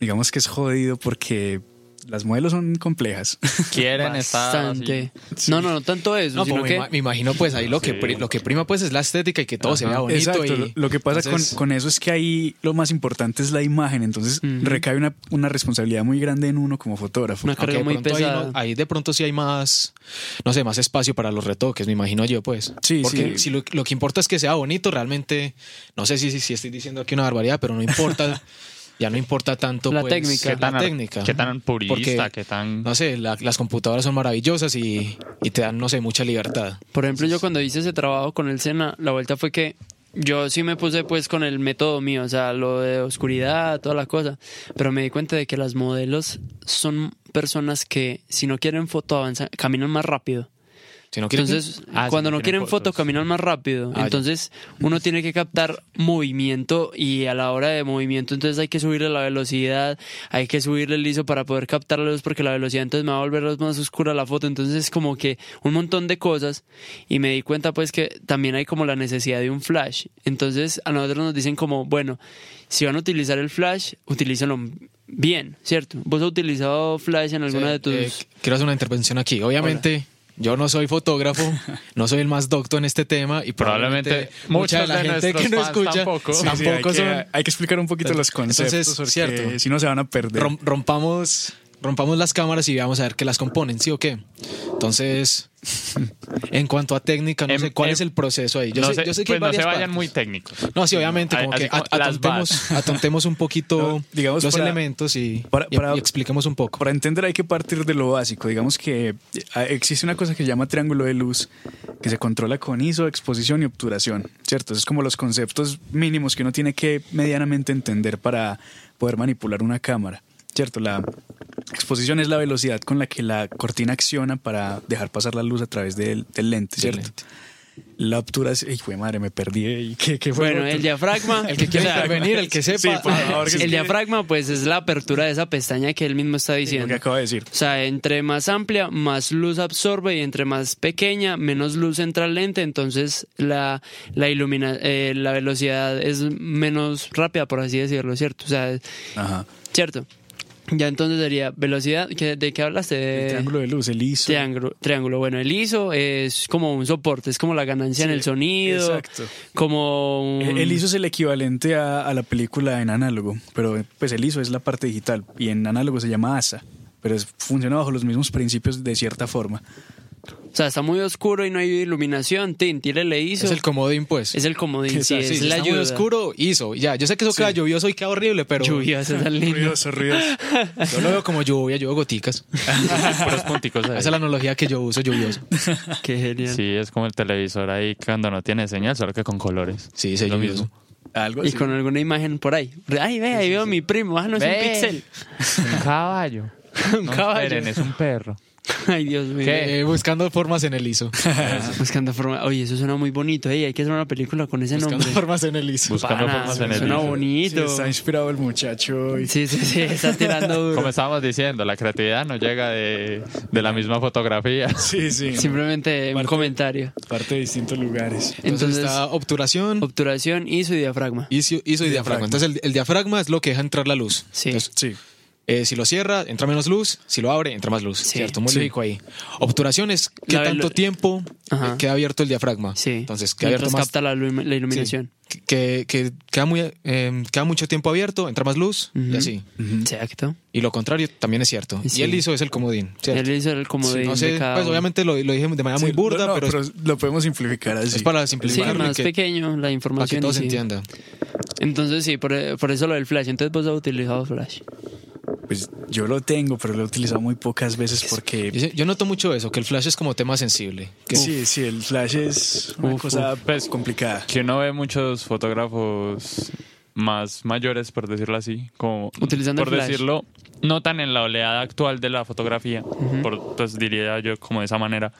digamos que es jodido porque las modelos son complejas. Quieren estar. así. Bastante. No, no, no tanto eso, No, sino pues, me, que... ima- me imagino pues ahí lo, que, Sí. pri- lo que prima pues es la estética y que todo se vea bonito. Exacto. y- Lo que pasa con- entonces, con, eso es que ahí lo más importante es la imagen. Entonces Ujú. recae una, una responsabilidad muy grande en uno como fotógrafo. Una aunque carga de Pues muy pronto ahí, pesada. no- Ah, ahí de pronto sí hay más, no sé, más espacio para los retoques, me imagino yo pues. Sí, Porque sí. si lo, lo que importa es que sea bonito, realmente, no sé si, si, si estoy diciendo aquí una barbaridad, pero no importa, ya no importa tanto La pues, técnica. la ¿Qué tan, ar- técnica. ¿Qué tan purista? Porque- ¿Qué tan.? No sé, la- las computadoras son maravillosas y, y te dan, no sé, mucha libertad. Por ejemplo, yo cuando hice ese trabajo con el Sena, la vuelta fue que yo sí me puse pues con el método mío, o sea, lo de oscuridad, toda la cosa, pero me di cuenta de que las modelos son personas que si no quieren foto avanzan, caminan más rápido. Si no quieren- Entonces, Ah, sí, cuando no no quieren tienen foto, fotos. caminan más rápido. Ah, ya. entonces, uno tiene que captar movimiento y a la hora de movimiento, entonces hay que subirle la velocidad, hay que subirle el ISO para poder captar la luz, porque la velocidad entonces me va a volver más oscura la foto. Entonces, es como que un montón de cosas. Y me di cuenta, pues, que también hay como la necesidad de un flash. Entonces, a nosotros nos dicen, como, bueno, si van a utilizar el flash, utilízalo bien, ¿cierto? ¿Vos has utilizado flash en alguna Sí, de tus.? eh, quiero hacer una intervención aquí. Obviamente, yo no soy fotógrafo, no soy el más docto en este tema y Probablemente probablemente mucha de muchos la de gente que nuestros no fans escucha tampoco. tampoco, Sí, sí, Sí, hay, que, son. hay que explicar un poquito los conceptos, Entonces, porque cierto. si no se van a perder. Rom- rompamos, rompamos las cámaras y vamos a ver qué las componen, ¿sí o qué? Entonces, en cuanto a técnica, no Em, sé cuál em, es el proceso ahí. Yo, no sé, sé, yo sé que hay pues no se varias vayan partes. muy técnicos. No, sí, obviamente, A- como así que como at- las atontemos, atontemos un poquito No, digamos los para- elementos y, para- y- para- y expliquemos un poco. Para entender hay que partir de lo básico. Digamos que eh, existe una cosa que se llama triángulo de luz, que se controla con ISO, exposición y obturación, ¿cierto? Esos es como los conceptos mínimos que uno tiene que medianamente entender para poder manipular una cámara, ¿cierto? La exposición es la velocidad con la que la cortina acciona para dejar pasar la luz a través del, del lente, ¿cierto? lente. La obturación... ¡Hijo de madre, me perdí! ey, ¿Qué, qué fue? Bueno, el diafragma. El que quiera o sea, intervenir, el que sepa. Sí, por favor, que el sí. diafragma, pues, es la apertura de esa pestaña que él mismo está Lo diciendo. que acabo de decir. O sea, entre más amplia, más luz absorbe y entre más pequeña, menos luz entra al lente. Entonces, la, la, ilumina, eh, la velocidad es menos rápida, por así decirlo, ¿cierto? O sea, Ajá. ¿cierto? Ya entonces sería velocidad. ¿qué- ¿De qué hablaste? De- El triángulo de luz, el ISO. Triángulo, triángulo. Bueno, el ISO es como un soporte, es como la ganancia en Sí, el sonido. exacto. E, Como un- Eh, El el ISO es el equivalente a, a la película en análogo, pero pues el ISO es la parte digital y en análogo se llama ASA, pero es- funciona bajo los mismos principios de cierta forma. O sea, está muy oscuro y no hay iluminación. Tin, tírele ISO. Es el comodín, pues. Es el comodín, Esa- sí, sí, es Sí, la está muy ayuda. oscuro, hizo. Ya, yo sé que eso queda lluvioso y queda horrible, pero Lluviosa, esa línea. ruidoso. yo lo veo como lluvia, yo veo goticas. Puros punticos ahí. Esa es la analogía que yo uso, lluvioso. Qué genial. Sí, es como el televisor ahí cuando no tiene señal, solo que con colores. Sí, sí, Lo lluvioso. mismo. Algo Y así. con alguna imagen por ahí. Ay, ve, ahí veo a mi primo. Ah, no es un Ve. pixel. Un caballo. Un No, caballo. esperen, es un perro. Ay, Dios mío. Eh, buscando formas en el ISO. Buscando forma. Oye, eso suena muy bonito. Ey, hay que hacer una película con ese Buscando nombre. formas en el ISO. Buscando Pana, formas en el Suena ISO. Sí, bonito. está inspirado el muchacho. y- Sí, sí, sí. Está tirando Como duro. estábamos diciendo, la creatividad no llega de, de la misma fotografía. Sí, sí. Simplemente un Parte- comentario. Parte de distintos lugares. Entonces, Entonces, está obturación, obturación, ISO y diafragma. ISO, ISO y diafragma. Diafragma. Entonces el, el diafragma es lo que deja entrar la luz. Sí. Entonces, Sí. eh, si lo cierra, entra menos luz. Si lo abre, entra más luz. Sí. Cierto, muy Sí. rico ahí. Obturación es qué La velo- tanto tiempo eh, Ajá. queda abierto el diafragma. Sí. Entonces, queda Mientras abierto más capta la, lumi- la iluminación. Sí. Que, que queda, muy, eh, queda mucho tiempo abierto, entra más luz y Ujú. así. Exacto. Y lo contrario también es cierto. Sí. Y el ISO es el comodín. ¿cierto? Él hizo el comodín no sé, de cada pues uno. obviamente lo, lo dije de manera muy Sí, burda, no, pero, es- lo podemos simplificar así. es para Sí, simplificarlo y más que- pequeño la para información. que y todos sí. entiendan. Entonces sí, por, por eso lo del flash. Entonces vos has utilizado flash. Pues yo lo tengo, pero lo he utilizado muy pocas veces porque... Yo, yo noto mucho eso, que el flash es como tema sensible. Que Sí, sí, el flash es una Uf, cosa Pues- complicada. Que uno ve muchos fotógrafos más mayores, por decirlo así, como Utilizando el por flash. decirlo, no tan en la oleada actual de la fotografía, por- pues diría yo como de esa manera,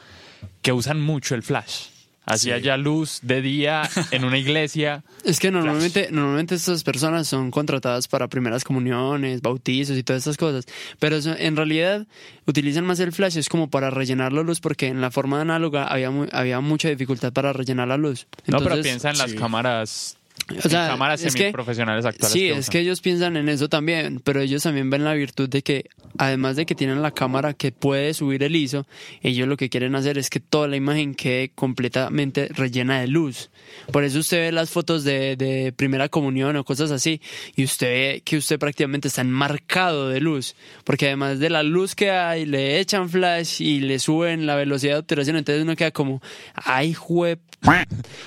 que usan mucho el flash. Así Sí. haya luz de día en una iglesia. Es que normalmente, normalmente estas personas son contratadas para primeras comuniones, bautizos y todas estas cosas. Pero eso- en realidad utilizan más el flash, es como para rellenar la luz, porque en la forma análoga había, mu- había mucha dificultad para rellenar la luz. no, pero Entonces, piensa en las sí. cámaras, O sea, en cámaras es que- semiprofesionales actuales. Sí, que es usan. que ellos piensan en eso también, pero ellos también ven la virtud de que, además de que tienen la cámara que puede subir el ISO, ellos lo que quieren hacer es que toda la imagen quede completamente rellena de luz. Por eso usted ve las fotos de, de primera comunión o cosas así, y usted ve que usted prácticamente está enmarcado de luz, porque además de la luz que hay, le echan flash y le suben la velocidad de obturación, entonces uno queda como, ay, jue...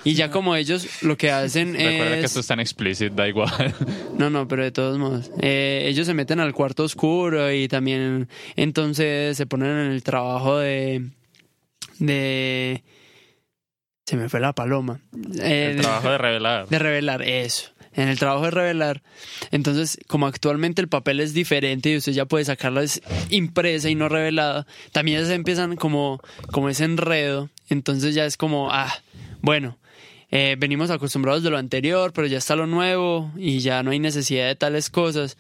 Y ya como ellos lo que hacen es... Recuerda que esto es tan explícito, da igual. No, no, pero de todos modos. eh, ellos se meten al cuarto oscuro y también entonces se ponen en el trabajo de... de... Se me fue la paloma. Eh, el de- trabajo de revelar. de revelar, eso. En el trabajo de revelar. Entonces, como actualmente el papel es diferente y usted ya puede sacarla es impresa y no revelada, también ya se empiezan como, como ese enredo Entonces ya es como, ah, bueno, eh, venimos acostumbrados de lo anterior, pero ya está lo nuevo y ya no hay necesidad de tales cosas.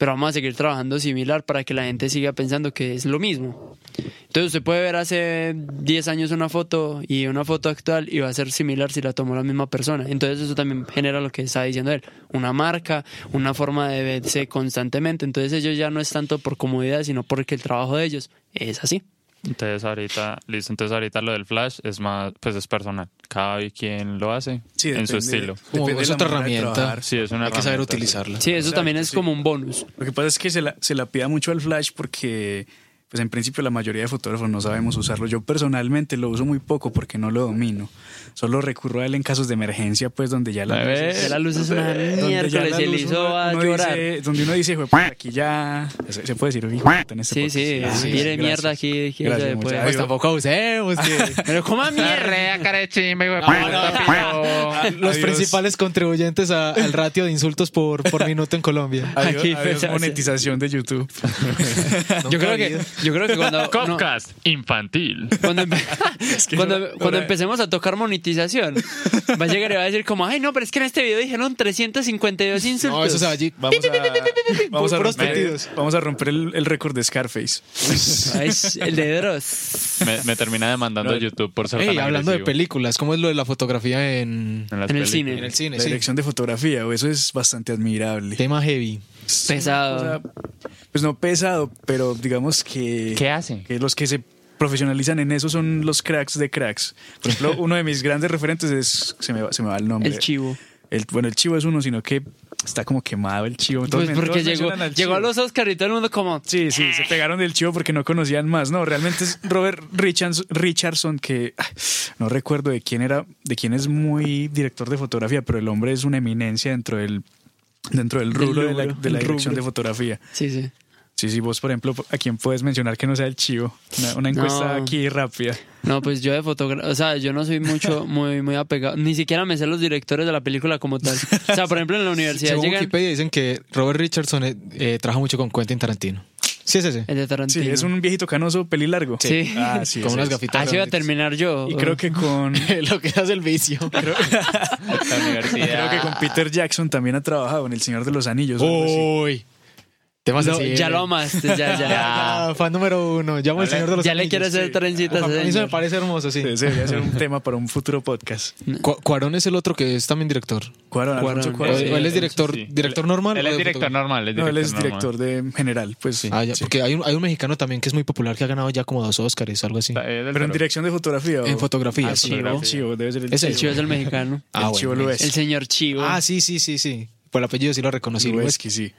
Pero vamos a seguir trabajando similar para que la gente siga pensando que es lo mismo. Entonces usted puede ver hace 10 años una foto y una foto actual y va a ser similar si la tomó la misma persona. Entonces eso también genera lo que está diciendo él, una marca, una forma de verse constantemente. Entonces ellos ya no es tanto por comodidad, sino porque el trabajo de ellos es así. Entonces ahorita, listo, entonces ahorita lo del flash es más, pues es personal. Cada quien lo hace Sí, en su depende- estilo. Como depende es de la otra manera de herramienta. trabajar. Sí, es una Hay que saber herramienta, sí. utilizarla. Sí, eso Exacto, también es sí. como un bonus. Lo que pasa es que se la, se la pida mucho al flash porque, pues en principio la mayoría de fotógrafos no sabemos usarlo. Yo personalmente lo uso muy poco porque no lo domino. Solo recurro a él en casos de emergencia, pues donde ya la... A ver. Ya la luz es una Eh, donde ya miércoles la y el luz hizo uno- va a uno llorar. dice- donde uno dice, "Jue- aquí ya... Se, se puede decir, "Hijo de puta", en este Sí, podcast. sí, Ah, sí, mire gracias. mierda aquí. aquí Gracias, se muchas puede- gracias. Pues tampoco abusemos. que- Pero coma mierda. Los Adiós. principales contribuyentes a- al ratio de insultos por, por minuto en Colombia. Ah, Adiós- Aquí, adiós pues, monetización de YouTube. Yo creo que, yo creo que cuando, no, Copcast infantil. cuando, empe- cuando- cuando empecemos a tocar monetización, va a llegar y va a decir como, ay no, pero es que en este video dijeron 352 insultos. No, eso se va allí. Vamos a, vamos a Puros romper, pedidos. vamos a romper el, el récord de Scarface. Ay, sh- Ah, el de Dross. Me, me termina demandando YouTube por ser Ey, tan hablando de agresivo películas, ¿cómo es lo de la fotografía en, en, las En el películas. cine. en el cine? La Sí. dirección de fotografía, o eso es bastante admirable. Tema heavy. O sea, Pesado. pues no pesado, pero digamos que, ¿Qué hacen? que los que se profesionalizan en eso son los cracks de cracks. Por ejemplo, uno de mis grandes referentes es, se me va, se me va el nombre. El chivo. El- bueno, el chivo es uno, sino que está como quemado el chivo. Pues Todos men- porque todos llegó, mencionan al llegó a Chivo. los Oscar y todo el mundo como, Sí, sí, se pegaron del chivo porque no conocían más. No, realmente es Robert Richards- Richardson, que ah, no recuerdo de quién era, de quién es muy director de fotografía, pero el hombre es una eminencia dentro del dentro del Del rubro de la, rubro, de la el dirección rubro. de fotografía. sí, sí. Sí, sí, vos, por ejemplo, ¿a quién puedes mencionar que no sea el chivo? Una, una encuesta No. aquí rápida. No, pues yo de fotógrafo, o sea, yo no soy mucho, muy, muy apegado, ni siquiera me sé los directores de la película como tal. O sea, por ejemplo, en la universidad Según llegan, Wikipedia dicen que Robert Richardson eh, eh, trabaja mucho con Quentin Tarantino. Sí, es ese. el de Tarantino. Sí, es un viejito canoso, pelilargo. Sí. Ah, sí, con sí, unas sí. gafitas. Así va a grandes. terminar yo. Y creo que con... lo que hace el vicio. Creo, creo que con Peter Jackson también ha trabajado en El Señor de los Anillos. o algo así. Oh. Uy. Temas Lo- así. ¿eh? ya lo amaste, ya, ya. Ah, fan número uno. Llamo al Ya le- señor de los ya le Anillos. quiero hacer sí. trencitas. A mí ese eso me señor. parece hermoso, sí. Sí, ese debería ser un tema para un futuro podcast. Cu- Cuarón es el otro que es también director. Cuarón, Cuarón. Alfonso ¿O, Cuarón. o él es sí, director, sí. director normal? Él o es de director fotógrafo? normal. No, él es normal. director de general, pues sí. Ah, ya, Sí. porque hay un, hay un mexicano también que es muy popular que ha ganado ya como dos Óscares, algo así. Está- él es Pero en del- dirección de fotografía. En o- fotografía. Ah, sí. sí. El chivo, debe ser el Ese El chivo es el mexicano. Ah, el bueno, chivo lo bien. es. El señor chivo. Ah, sí, sí, sí, sí. Por el apellido sí lo reconocí. Lo Luis. es que sí.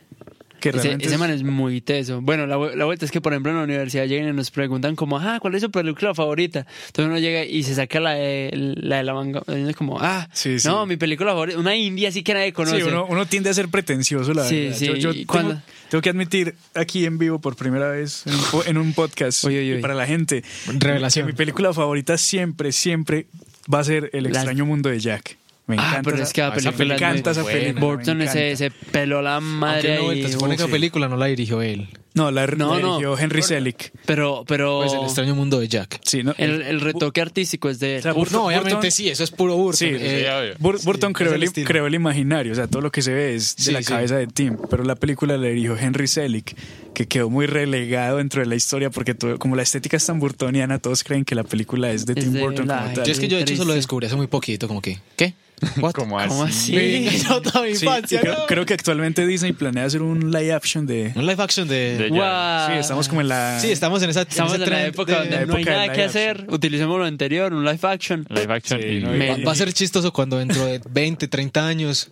Que Ese, realmente ese es- man es muy teso. Bueno, la, vu- la vuelta es que, por ejemplo, en la universidad llegan y nos preguntan como, ah, ¿cuál es su película favorita? Entonces uno llega y se saca la de la, de la manga. Y uno es como, ah, Sí, sí. no, mi película favorita, una india así que nadie conoce. Sí, uno, uno tiende a ser pretencioso, la Sí, verdad. sí, Yo, yo y tengo, cuando- tengo que admitir aquí en vivo por primera vez en un, po- en un podcast Uy, uy, uy. y para la gente que Revelación. mi película favorita siempre, siempre va a ser El La- extraño mundo de Jack. Me Ah, encanta. pero esa- es que la esa película Me es encanta muy esa buena. película. Borton me ese, encanta. ese peló la madre Aunque no, ahí. se supone que la sí. película no la dirigió él. No, la, No, la no. dirigió Henry Selick. Pero, pero Pues el extraño mundo de Jack. Sí, no. el, el retoque artístico es de él. O sea, Burton- no, obviamente Burton- sí, eso es puro Burton. Sí, Eh, Sí, obvio. Bur- Burton es creó el el, estilo. creó el imaginario, o sea, todo lo que se ve es de Sí, la sí. cabeza de Tim, pero la película la dirigió Henry Selick, que quedó muy relegado dentro de la historia porque todo- como la estética es tan burtoniana, todos creen que la película es de Es Tim de Burton la- como Yo tal. es que yo de hecho eso lo Triste. descubrí hace muy poquito, como que, ¿qué? What? Como ¿Cómo así. así? Me engañó toda mi ah, Sí, infancia. y creo, ¿no? creo que actualmente Disney planea hacer un live action de... Un live action de... De- Guau. Ah. Sí, estamos como en la... Sí, estamos en esa, Estamos ese en la trend época de- donde la no hay época del nada que live action. hacer. Utilicemos lo anterior, un live action. Live action. Sí, y- no, y- Va, va a ser chistoso cuando dentro de 20, 30 años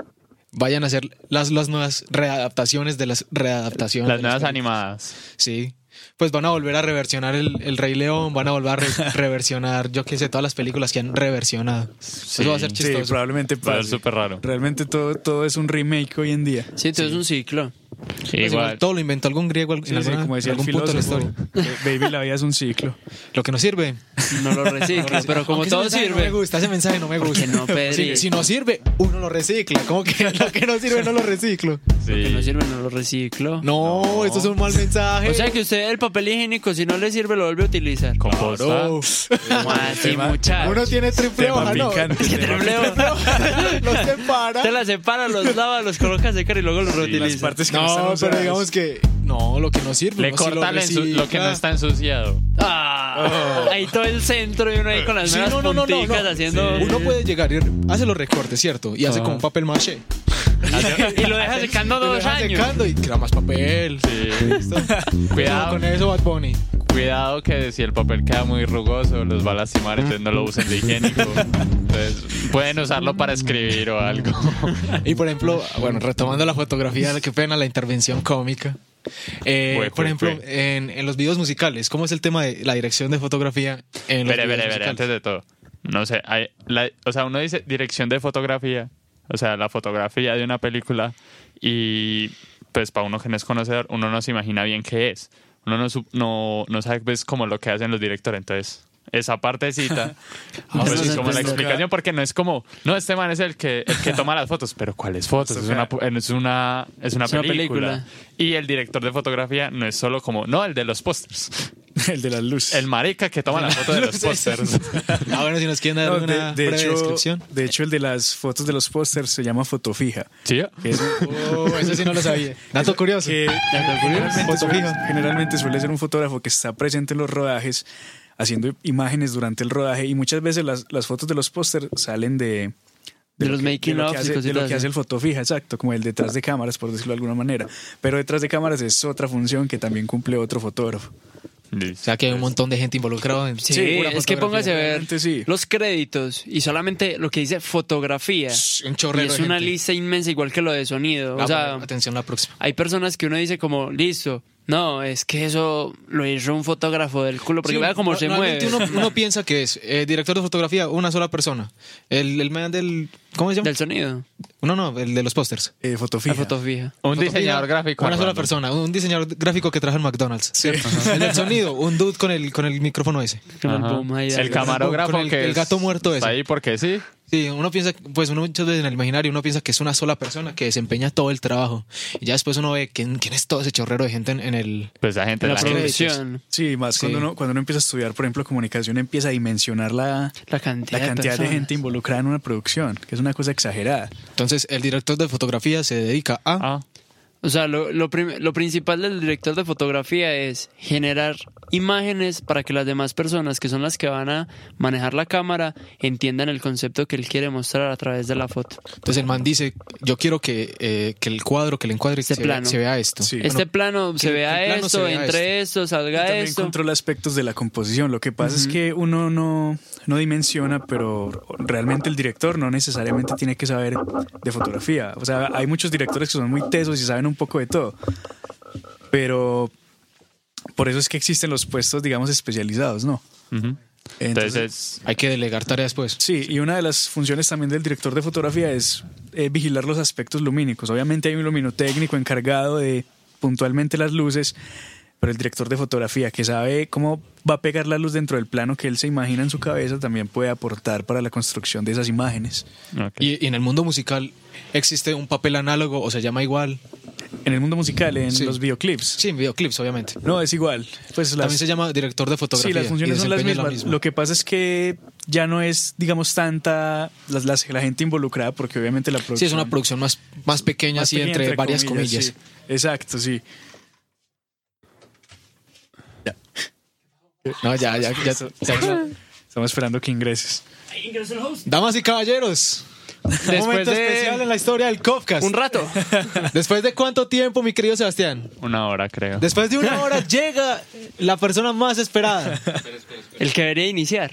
vayan a hacer las, las nuevas readaptaciones de las readaptaciones. Las de las nuevas películas. animadas. Sí. Pues van a volver a reversionar el, el Rey León, van a volver a re- reversionar, yo qué sé, todas las películas que han reversionado. Eso va a ser Sí, chistoso. probablemente Va a ser pase. súper raro. Realmente todo, todo es un remake hoy en día. Sí, entonces es un ciclo. Pues igual, Igual. todo lo inventó algún griego al- Sí, en, sí, alguna- como decía en el algún punto de la filósofo, historia. eh, baby, la vida es un ciclo. Lo que no sirve. No lo recicla, pero como Aunque ese todo mensaje sirve. No me gusta, ese mensaje no me ¿Por qué gusta. no, Pedri? si, si no sirve, uno lo recicla. Como que lo que no sirve, no lo reciclo. Lo que no Sí. sirve no lo reciclo. No, esto es un mal mensaje. O sea que usted el papel higiénico, si no le sirve, lo vuelve a utilizar. Composta. Claro. ¿Cómo así, Tema- muchacho? Uno tiene triple Tema hoja, ¿no? picante. ¿Qué tema- triple hoja? Los separa. Usted las separa, los lava, los coloca a secar y luego los Las reutiliza. partes que no, No, están pero usadas. digamos que. No, lo que no sirve. Le uno sí corta lo, ensu- recicla. lo que no está ensuciado. Ah, Ahí todo el centro y uno ahí con las Sí, meras no, no, no, no, punticas no. haciendo... Uno puede llegar y hace los recortes, ¿cierto? Y hace Ah. Ajá. como un papel maché. Y lo deja secando Y lo dos deja años. secando y crea más papel. Sí. Cuidado Cuidado, con eso, Bad Bunny. cuidado que si el papel queda muy rugoso los va a lastimar, entonces no lo usen de higiénico. Entonces pueden usarlo para escribir o algo. Y por ejemplo, bueno, retomando la fotografía, qué pena la intervención cómica. Eh, Fue, fue, por ejemplo, fue. En, en los videos musicales, ¿cómo es el tema de la dirección de fotografía en los Veré, videos veré, veré, antes musicales? de todo. No sé, hay- la- o sea, uno dice dirección de fotografía, o sea, la fotografía de una película y pues para uno que no es conocedor, uno no se imagina bien qué es. Uno no, su- no, no sabe pues como lo que hacen los directores, entonces esa partecita No pues, se es como entiende. la explicación porque no es como no este man es el que el que toma las fotos pero cuáles fotos es una pu- es una es una Es una película película. y el director de fotografía no es solo como no el de los pósters El de las luces. el marica que toma las fotos de los pósters Ah, bueno, si nos quieren dar No, de- una de breve hecho, descripción. de hecho, el de las fotos de los pósters se llama foto fija. Sí, que es- Oh, eso sí no lo sabía. Eh, Dato curioso. que curioso. generalmente, Foto suele, fija. generalmente suele ser un fotógrafo que está presente en los rodajes, haciendo imágenes durante el rodaje y muchas veces las, las fotos de los pósters salen de... De lo los que- making de ofs lo que y hace, de cositas lo así. que hace el fotofija, exacto, como el detrás de cámaras, por decirlo de alguna manera. Pero detrás de cámaras es otra función que también cumple otro fotógrafo. O sea, que hay un montón de gente involucrada. En... Sí, pura es que fotografía. póngase a ver realmente sí. los créditos y solamente lo que dice fotografía. Un Y chorrero es de una gente. lista inmensa, igual que lo de sonido. Ah, o sea, bueno, atención la próxima. hay personas que uno dice como, listo, no, es que eso lo hizo un fotógrafo del culo, porque Sí, vea cómo no- se mueve. normalmente Uno, uno piensa que es eh, director de fotografía una sola persona. El, el man del. ¿Cómo se llama? Del sonido. No, no, el de los pósters. Eh, La fotofija. foto fija. un Fotografía, diseñador gráfico Ah. Una sola random. persona, un diseñador gráfico que trabaja en McDonald's. Sí. Ajá. El del sonido, un dude con el, con el micrófono ese. Con el Ajá. boom ahí, el dale. camarógrafo Con el- que el es- gato muerto está ese. ahí porque sí Sí, uno piensa, pues uno muchas veces en el imaginario uno piensa que es una sola persona que desempeña todo el trabajo. Y ya después uno ve quién, quién es todo ese chorrero de gente en, en el. pues la gente La la gente- producción. Sí, más Sí. Cuando, uno, cuando uno empieza a estudiar, por ejemplo, comunicación, empieza a dimensionar la, La cantidad, la cantidad de personas. gente involucrada en una producción, que es una cosa exagerada. Entonces, el director de fotografía se dedica a. Ah, O sea, lo, lo prim- lo principal del director de fotografía es generar imágenes para que las demás personas, que son las que van a manejar la cámara, entiendan el concepto que él quiere mostrar a través de la foto. Entonces, el man dice: Yo quiero que, eh, que el cuadro, que el encuadre Este se, vea- plano. se vea esto. Sí. este plano se que- vea que el plano esto, se vea entre esto, Y salga también esto. controla aspectos de la composición. Lo que pasa es que uno no, no dimensiona, pero realmente el director no necesariamente tiene que saber de fotografía. O sea, hay muchos directores que son muy tesos y saben un poco de todo. Pero por eso es que existen los puestos, digamos, especializados, ¿no? ujú. entonces Hay que delegar tareas, pues. Sí, y una de las funciones también del director de fotografía es eh, vigilar los aspectos lumínicos. Obviamente hay un luminotécnico encargado de puntualmente las luces, pero el director de fotografía que sabe cómo va a pegar la luz dentro del plano que él se imagina en su cabeza también puede aportar para la construcción de esas imágenes. ok. Y, y en el mundo musical existe un papel análogo o se llama igual. En el mundo musical, en Sí. los videoclips. Sí, en videoclips, obviamente. No, es igual. Pues las, También se llama director de fotografía. Sí, las funciones y son las desempeña mismas. la misma. Lo que pasa es que ya no es, digamos, tanta las- las- la gente involucrada porque obviamente la producción... Sí, es una producción más, más pequeña, Más así pequeña, entre, varias comillas. sí. Exacto, sí. No, ya, ya, ya. Estamos, estamos esperando que ingreses. Damas y caballeros, Después un momento de- especial en la historia del Kofkas. Un rato. ¿Después de cuánto tiempo, mi querido Sebastián? una hora creo Después de una hora llega la persona más esperada. El que debería iniciar.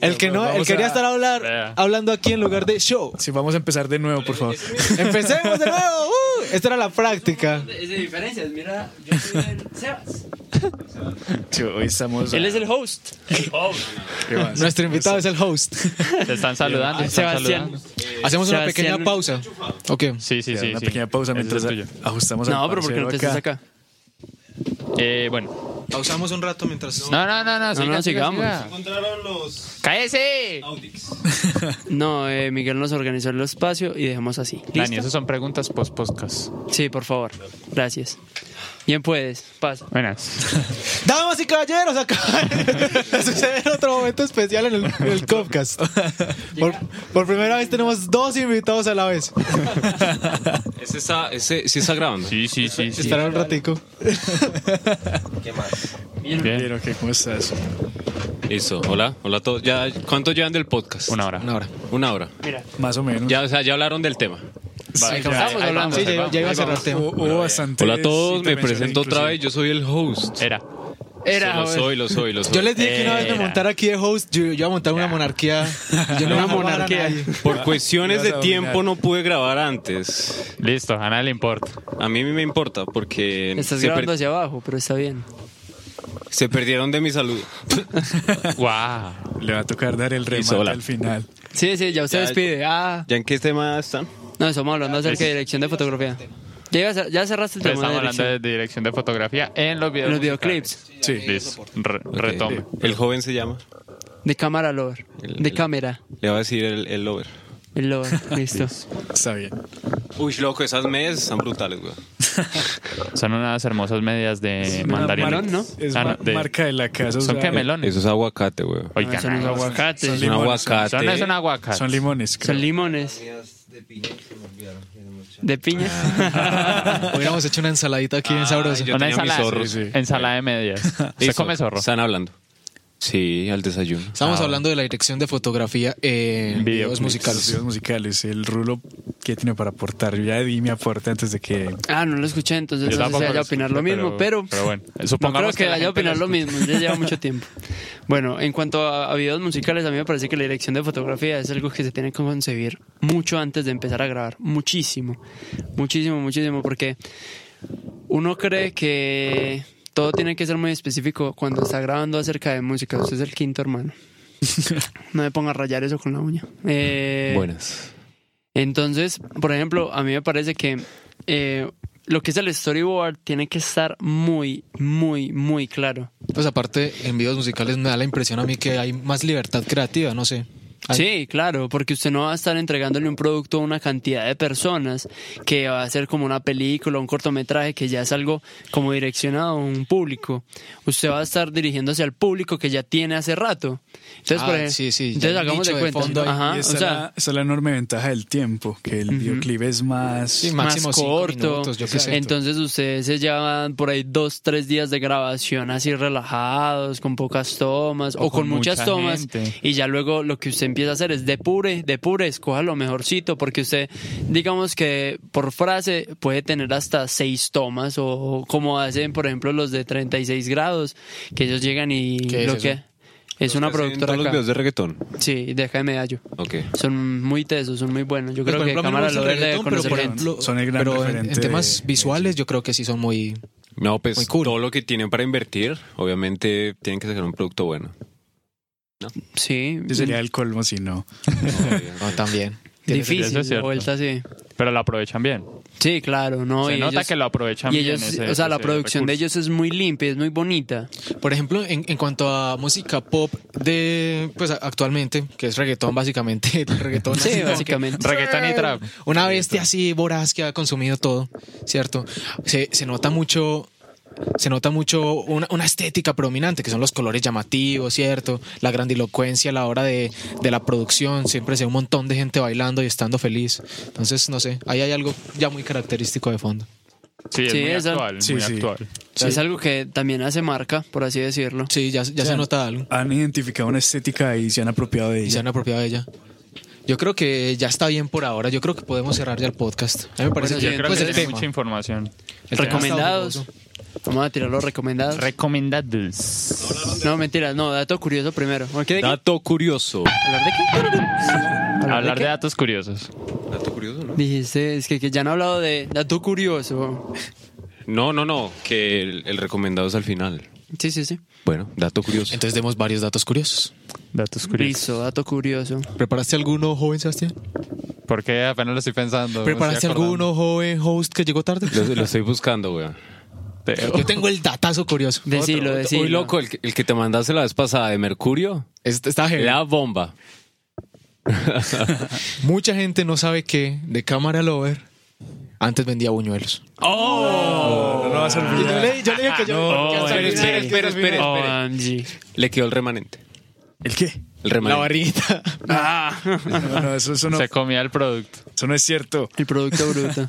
El que no, el Vamos que quería a- estar a hablar, Vea. hablando aquí en lugar de show. Sí, vamos a empezar de nuevo, por favor. Empecemos de nuevo. ¡uh! esta era la práctica. Es de diferencias, mira, yo soy el Sebas. Sí, hoy estamos. Él es el host. ¿Qué más? Nuestro invitado es el host. se están saludando se están Ah, Sebastián. saludando Hacemos una Sebastián- pequeña pausa. Ok. Sí, sí, sí. una sí. pequeña pausa Ese es mientras el tuyo. ajustamos al No, pero porque no te parcero estás acá. Eh, bueno. Pausamos un rato mientras. No, no, no, no. siga, no, siga, sigamos. siga. Encontraron los ¡Cállese! Audix. No, eh, Miguel nos organizó el espacio y dejemos así. Dani, ¿Listo? esas son preguntas post-podcast. Sí, por favor. Gracias. Bien puedes, pasa. Buenas. Damas y caballeros, acá de suceder otro momento especial en el, en el Copcast. Por, por primera vez tenemos dos invitados a la vez. Ese está, ese sí está grabando. Sí, sí, sí. sí. Estará un ratico. Bien. Pero, ¿qué? ¿Cómo estás? Listo. Hola, hola a todos. Ya, ¿cuánto llevan del podcast? Una hora. Una hora. Una hora. Más o menos. Ya, o sea, ya hablaron del tema. Vale, ya. Estamos ahí hablando. vamos, Sí, ahí ya, vamos. ya iba a cerrar el tema. Hubo- hubo bastantes Hola a todos, me intervenciones presento otra inclusive. vez. Yo soy el host. Era. Era, lo joder. soy, lo soy, lo soy. Yo les dije que una vez me Era. montara aquí de host, yo, yo iba a montar una monarquía. Yo no iba Una a salvar a monarquía. nadie. Por cuestiones Ibas de a tiempo dominar. no pude grabar antes. Listo, a nadie le importa. A mí me importa porque Estás se, per- grabando hacia abajo, pero está bien. se perdieron de mi salud. ¡Guau! Le va a tocar dar el remate Listo, hola. al final. Sí, sí, ya usted Ya- despide. Ah, ¿Ya en qué tema están? no, estamos hablando acerca de dirección de fotografía. Ya, ibas a- ya cerraste el Pero tema de Estamos hablando dirección. de dirección de fotografía en los videos. En los musicales. videoclips. Sí. Listo. Re- Retome. El joven se llama. De cámara lover. El- De el- cámara. Le va a decir el, el lover. El lover. Listo. Está bien. Uy, loco, esas medias están brutales, güey. Son unas hermosas medias de mandarina. Eh, marón, ¿no? Es Ah, ma- de- marca de la casa. o Son sea, que melones. Eso es aguacate, güey. Oigan, Son unos aguacates. Son Es un limones, aguacate. Son es un aguacate. Son limones. creo. Son limones. De piña. Ah. Hubiéramos hecho una ensaladita aquí bien Ah, sabrosa. yo- Una tenía mis ensalada. zorros. Sí, sí. Ensalada de medias. ¿Se Listo, come zorro? Están hablando. Sí, al desayuno. Estamos hablando de la dirección de fotografía en videos Videoclips. Los musicales. videos musicales. El rulo que tiene para aportar. Yo ya di mi aporte antes de que. Ah, no lo escuché, entonces Yo no sé si tampoco vaya lo a opinar escuché, lo mismo, pero, pero- pero bueno, no creo supongamos que que la vaya a gente lo opinar lo mismo, ya lleva mucho tiempo. Bueno, en cuanto a, a videos musicales, a mí me parece que la dirección de fotografía es algo que se tiene que concebir mucho antes de empezar a grabar, muchísimo, muchísimo, muchísimo, porque uno cree que todo tiene que ser muy específico cuando está grabando acerca de música, usted es el quinto hermano. No me ponga a rayar eso con la uña. Eh, Buenas. entonces, por ejemplo, a mí me parece que eh, lo que es el storyboard tiene que estar muy, muy, muy claro. Pues aparte, en videos musicales me da la impresión a mí que hay más libertad creativa, no sé. Hay- Sí, claro, porque usted no va a estar entregándole un producto a una cantidad de personas que va a ser como una película, un cortometraje que ya es algo como direccionado a un público. Usted va a estar dirigiéndose al público que ya tiene hace rato. Entonces, Ah, por ejemplo, sí, sí, ya entonces el hagamos de nicho de cuenta. fondo ahí. Ajá, y Ah, o esa, es sea, la, esa es la enorme ventaja del tiempo. Que el videoclip es más. Sí, máximo más cinco corto. minutos, yo qué sé. Entonces ustedes se llevan por ahí dos, tres días de grabación así relajados, con pocas tomas o, con, con muchas mucha tomas. gente. Y ya luego lo que usted empieza a hacer es depure, depure, escoja lo mejorcito, porque usted, digamos que por frase puede tener hasta seis tomas o, o como hacen, por ejemplo, los de 36 grados, que ellos llegan y ¿Qué es lo eso? que... Es una productora Todos los acá. videos de reggaetón. Sí, deja de medallo. Ok. Son muy tesos, son muy buenos. Yo Pues, creo por que ejemplo, a mí no me Cámara gusta lo el debe reggaetón, pero conocer por gente. ejemplo, Son el gran pero en- en, referente temas de- visuales yo creo que sí son muy... No, pues Muy cool. todo lo que tienen para invertir, obviamente tienen que sacar un producto bueno. Sí, Sí, Sería el colmo si no. No, ah, también. Eso Difícil, es la cierto. vuelta sí. Pero lo aprovechan bien. Sí, claro, no. Se y nota ellos- que lo aprovechan y bien. ellos, ese- o sea, la ese producción de recurso. ellos es muy limpia, es muy bonita. Por ejemplo, en, en cuanto a música pop de, pues a- actualmente, que es reggaetón básicamente, el reggaetón así Sí, como que- básicamente. Reggaetón y trap. Una bestia así voraz que ha consumido todo, ¿cierto? Se, se nota mucho, se nota mucho una, una estética predominante, que son los colores llamativos, ¿cierto? La grandilocuencia a la hora de, de la producción, siempre se ve un montón de gente bailando y estando feliz. Entonces, no sé, ahí hay algo ya muy característico de fondo. Sí, es Sí, muy esa- actual. Sí, muy sí. actual. Es algo que también hace marca, por así decirlo. Sí, ya, ya se nota algo Han identificado una estética y se han apropiado y de se ella. han apropiado de ella. Yo creo que ya está bien por ahora. Yo creo que podemos cerrar ya el podcast. A mí me parece que Bueno, sí, Yo creo pues, que el tiene tema, mucha información. el tema recomendados. está fabuloso. Vamos a tirar los recomendados. Recomendados. no, mentiras, no, dato curioso primero. ¿O qué de qué? Dato curioso. ¿Hablar de qué? Hablar de datos curiosos. Dato curioso, ¿no? Dijiste, es que, que ya han hablado de dato curioso. No, no, no, que el, el recomendado es al final. Sí, sí, sí. Bueno, dato curioso. Entonces demos varios datos curiosos. Datos curiosos. Listo, dato curioso. ¿Preparaste alguno, joven Sebastián? Porque apenas lo estoy pensando. me ¿Preparaste estoy acordando. alguno, joven host, que llegó tarde? Lo, lo estoy buscando, weón. Teo. Yo tengo el datazo curioso. Decilo, Otro, decilo. Uy, loco, el, que- el que te mandaste la vez pasada de Mercurio, Este Está heavy. la bomba. Mucha gente no sabe que de cámara lover antes vendía buñuelos. No lo vas a Y yo olvidar. le, yo le dije que yo. No, que hasta espere, olvidar espere, que espere, terminar. espere. OMG. Le quedó el remanente. ¿El qué? El La remanente. barrita. No, no, eso, eso no, Se comía el producto. eso no es cierto. El producto bruto.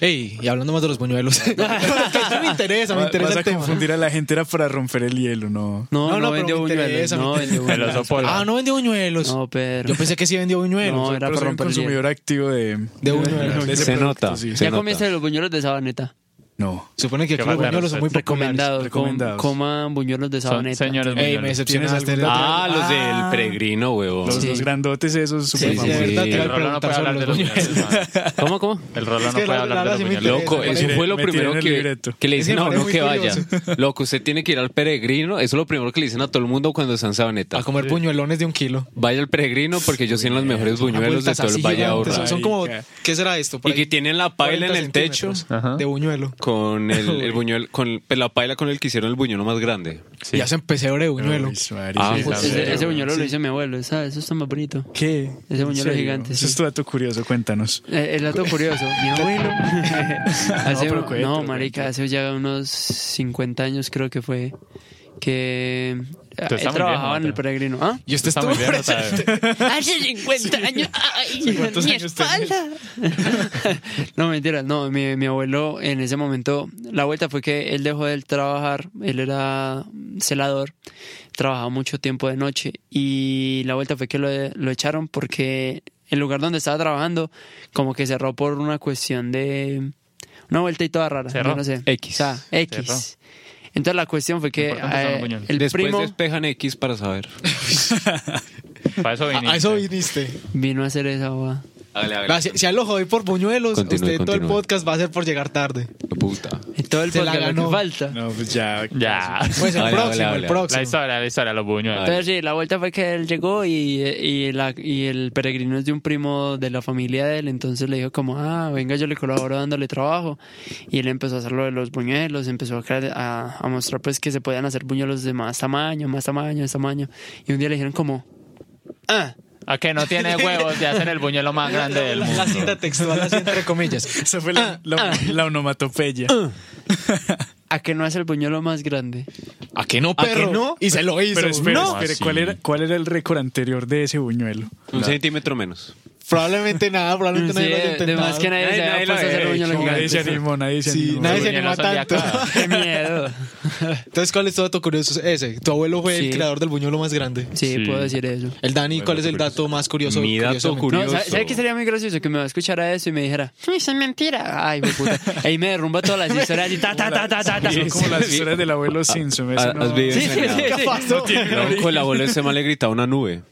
Ey, y hablando más de los buñuelos. me interesa, me Va- interesa Vas el a tema. confundir a la gente, era para romper el hielo, no. No, No, no, no, pero vendió me buñuelos. interesa, me No, vendió El buñuelos. oso polar. Ah, no vendió buñuelos. No, pero. Yo pensé que sí vendió buñuelos. No, era Pero para soy un romper el hielo. consumidor activo de, De buñuelos. de ese Se producto, nota. sí. Se Ya nota. comiste los buñuelos de sabaneta. No. Supone que Qué aquí los bacano, buñuelos son muy usted. populares. Recomendados. com- Recomendados. Coman buñuelos de Son sabaneta. Ey, señores me buñuelos. decepcionaste. ¿Tienes algún Ah, los Ah. del peregrino, weón. Los, los Sí. grandotes esos, súper Sí, sí, famosos. de verdad, te iba El a Rolo preguntar no puede sobre hablar de los los buñuelos. buñuelos, man. ¿Cómo, cómo? El Rolo Es no que puede la- la hablar de verdad los sí me buñuelos. interesa. Loco, Me eso tiene- fue lo me tiene primero que, libreto. que le Es dicen que a me uno parece que muy vaya. curioso. Loco, usted tiene que ir al peregrino. Eso es lo primero que le dicen a todo el mundo cuando están en Sabaneta. A comer buñuelones de un kilo. Vaya al peregrino porque ellos tienen los mejores buñuelos de Vueltas todo el así Valle gigantes, Aburrá. Son son como, Marica. ¿qué será esto? Por Y que ahí, tienen la paila en 40 el techo centímetros Ajá. De buñuelo. con el, el buñuel, con pues, la paila con el que hicieron el buñuelo más grande. Sí. Y hacen pesebre de buñuelo. Ay, su marica. Ah, Sí, pues, sí, Ese, sí. ese buñuelo lo hizo mi abuelo. esa- Eso está más bonito. ¿Qué? Ese buñuelo ¿En serio? gigante, Eso sí. es tu dato curioso, cuéntanos. Eh, El dato curioso, mi abuelo. hace pero un- cuéntalo, no, marica, hace ya unos 50 años creo que fue que eh, está muy él trabajaba viejo, en el Mateo. peregrino. ¿Ah? Y usted Está estuvo muy bien, presente. Hace 50 años. ¡Ay! ¡Mi espalda! no, mentira. No, mi, mi abuelo en ese momento, la vuelta fue que él dejó de trabajar. Él era celador, trabajaba mucho tiempo de noche. Y la vuelta fue que lo, lo echaron porque el lugar donde estaba trabajando, como que cerró por una cuestión de. Una vuelta y toda rara. Cerró. yo no sé. X. O sea, X. Cerró. Entonces la cuestión fue que Importante son los eh, buñuelos. el Después primo despejan X para saber. Para eso viniste. A Ah, eso viniste. vino a hacer esa boda. Va, Si, si a él lo jodí por buñuelos, Continúe, usted todo el continúe. podcast va a ser por llegar tarde. Puta. Y todo el Se la podcast, lo que ganó. falta. No, pues ya. Ya. Pues el Vale, próximo, vale, vale. el La próximo. historia, la historia, los buñuelos. Vale. Pero sí, la vuelta fue que él llegó y, y la- y el peregrino es de un primo de la familia de él, entonces le dijo como, ah, venga, yo le colaboro dándole trabajo. Y él empezó a hacer lo de los buñuelos, empezó a, crear- a- a mostrar pues que se podían hacer buñuelos de más tamaño, más tamaño, más tamaño. Y un día le dijeron como, ah, A que no tiene huevos de hacer el buñuelo más grande del La- la mundo. cita textual, así entre comillas. Esa fue la, la- la onomatopeya. ¿a que no es el buñuelo más grande? ¿A qué no, ¿A perro? qué no? Y se lo hizo. Pero espere, No, espere, Así. ¿cuál era, ¿cuál era el récord anterior de ese buñuelo? Un centímetro menos. Probablemente nada, probablemente Sí, nadie lo haya de intentado. más que nadie, se Nadie- había nadie lo puesto a hacer había buñuelos hecho. Nadie se gigantes. animó, nadie se Sí, animó. nadie se anima Buñuelos son de tanto. acá. ¡Qué miedo! Entonces, ¿cuál es tu dato curioso? Ese, tu abuelo fue Sí. el creador del buñuelo más grande. Sí, Sí. puedo decir eso. El Dani, ¿cuál es el dato más curioso? Mi dato curiosamente? curioso. No, ¿sabe- ¿sabe qué sería muy gracioso? Que me va a escuchar a eso y me dijera, "Uy, eso es mentira. Ay, güey, puta. E Ahí me derrumba todas las historias y ta, ta, ta, ta, ta, ta. Son como las historias del abuelo Simpson. ese Ah, no- has vivido Sí, sí, sí, engañado. sí. ¿Qué pasó? Loco, el abuelo ese mal le gritaba una nube.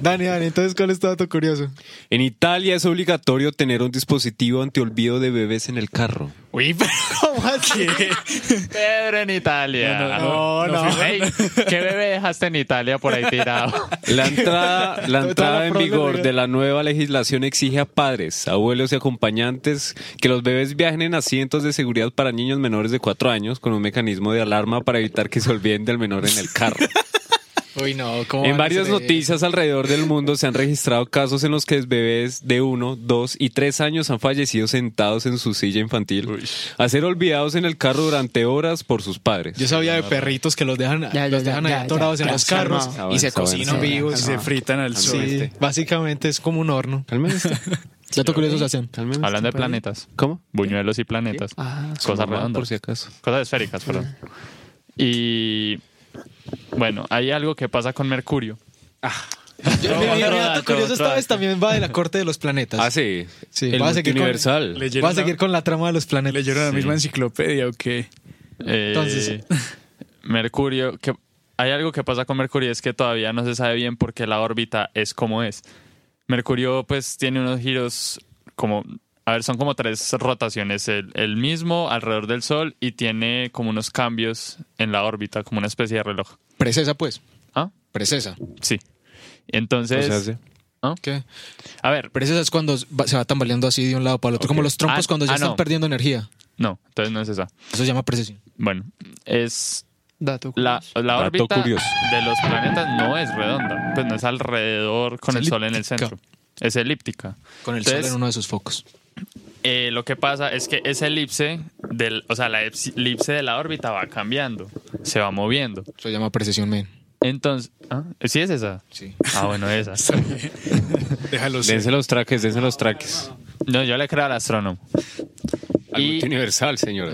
Dani, Dani, entonces, ¿cuál es tu dato curioso? En Italia es obligatorio tener un dispositivo antiolvido de bebés en el carro. Uy, pero ¿cómo así? Pedro en Italia. No, no. Ey, ¿Qué bebé dejaste en Italia por ahí tirado? La entrada, la Toda entrada la en prole, vigor weón. de la nueva legislación exige a padres, abuelos y acompañantes que los bebés viajen en asientos de seguridad para niños menores de 4 años con un mecanismo de alarma para evitar que se olviden del menor en el carro. Uy, no, ¿cómo van En a varias hacer eso? noticias alrededor del mundo se han registrado casos en los que bebés de 1, 2 y 3 años han fallecido sentados en su silla infantil, a ser olvidados en el carro durante horas por sus padres. Yo sabía de perritos que los dejan, Ya, ya, los ya, dejan ahí ya, atorados ya, en ya, los ya, carros calma. y Avanza, se avanza. cocinan Y vivos. pues, se fritan al sol. Ah, Sí, básicamente es como un horno. Cálmense, Dato curioso, se hacen. cálmense. Hablando de planetas. ¿Cómo? Buñuelos y planetas. Ah, Cosas Mamá, redondas. Por si acaso. Cosas esféricas, perdón. Y bueno, hay algo que pasa con Mercurio. Yo- Mi mi dato Otro dato, curioso otro esta vez dato. también va de la corte de los planetas. Ah, sí. Sí, el va a seguir con- universal. Va a ¿Leyeron, seguir la, con la trama de los planetas. leyeron la Sí. misma enciclopedia o qué? Eh, Entonces- Mercurio, que hay algo que pasa con Mercurio es que todavía no se sabe bien por qué la órbita es como es. Mercurio pues tiene unos giros como, a ver, son como tres rotaciones, el, el mismo alrededor del Sol y tiene como unos cambios en la órbita, como una especie de reloj. Precesa, pues. ¿Ah? Precesa. Sí. Entonces, O sea, sí. ¿no? ¿Qué? A ver, Pero pues, eso es cuando va- se va tambaleando así de un lado para el otro, como los trompos Ah, cuando ya ah, están no. perdiendo energía. no, entonces no es esa. Eso se llama precesión. Bueno, es Dato. la, curioso. la Dato órbita curioso. de los planetas no es redonda, pues no es alrededor con Es el sol en el elíptica. centro. Es elíptica. Con el sol Entonces- en uno de sus focos. Eh, lo que pasa es que esa elipse, del, o sea, la eps- elipse de la órbita va cambiando, se va moviendo. Eso se llama precesión, men. Entonces, ¿ah? ¿sí es esa? Sí. Ah, bueno, esa. Déjalo ser. Dense los traques, dense los traques. No, yo le creo al astrónomo. Algo universal, señora.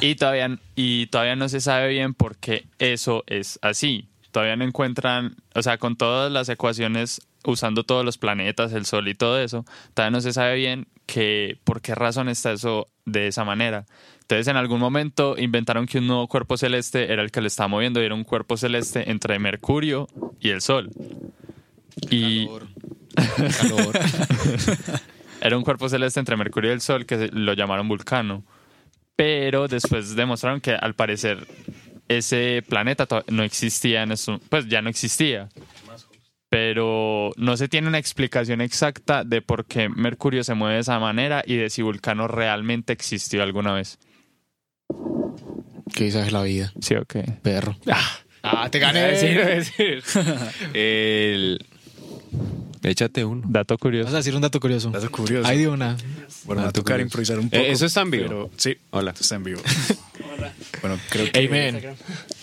Y todavía, y todavía no se sabe bien por qué eso es así. Todavía no encuentran, o sea, con todas las ecuaciones, usando todos los planetas, el Sol y todo eso, todavía no se sabe bien que, por qué razón está eso de esa manera. Entonces, en algún momento inventaron que un nuevo cuerpo celeste era el que lo estaba moviendo y era un cuerpo celeste entre Mercurio y el Sol. Y Calor. Calor. era un cuerpo celeste entre Mercurio y el Sol que se- lo llamaron Vulcano. Pero después demostraron que al parecer ese planeta to- no existía en eso, pues ya no existía. Pero no se tiene una explicación exacta de por qué Mercurio se mueve de esa manera y de si Vulcano realmente existió alguna vez. que esa es la vida, Sí, ok. perro. Ah, te gané decir. El... Échate uno. Dato Vas curioso. a decir un dato curioso. Dato curioso. Ahí de una. bueno, me va a dato tocar curioso. improvisar un Eh, poco. eso está en vivo. pero- sí. Hola. Está en vivo. Bueno, creo que... Hey, men.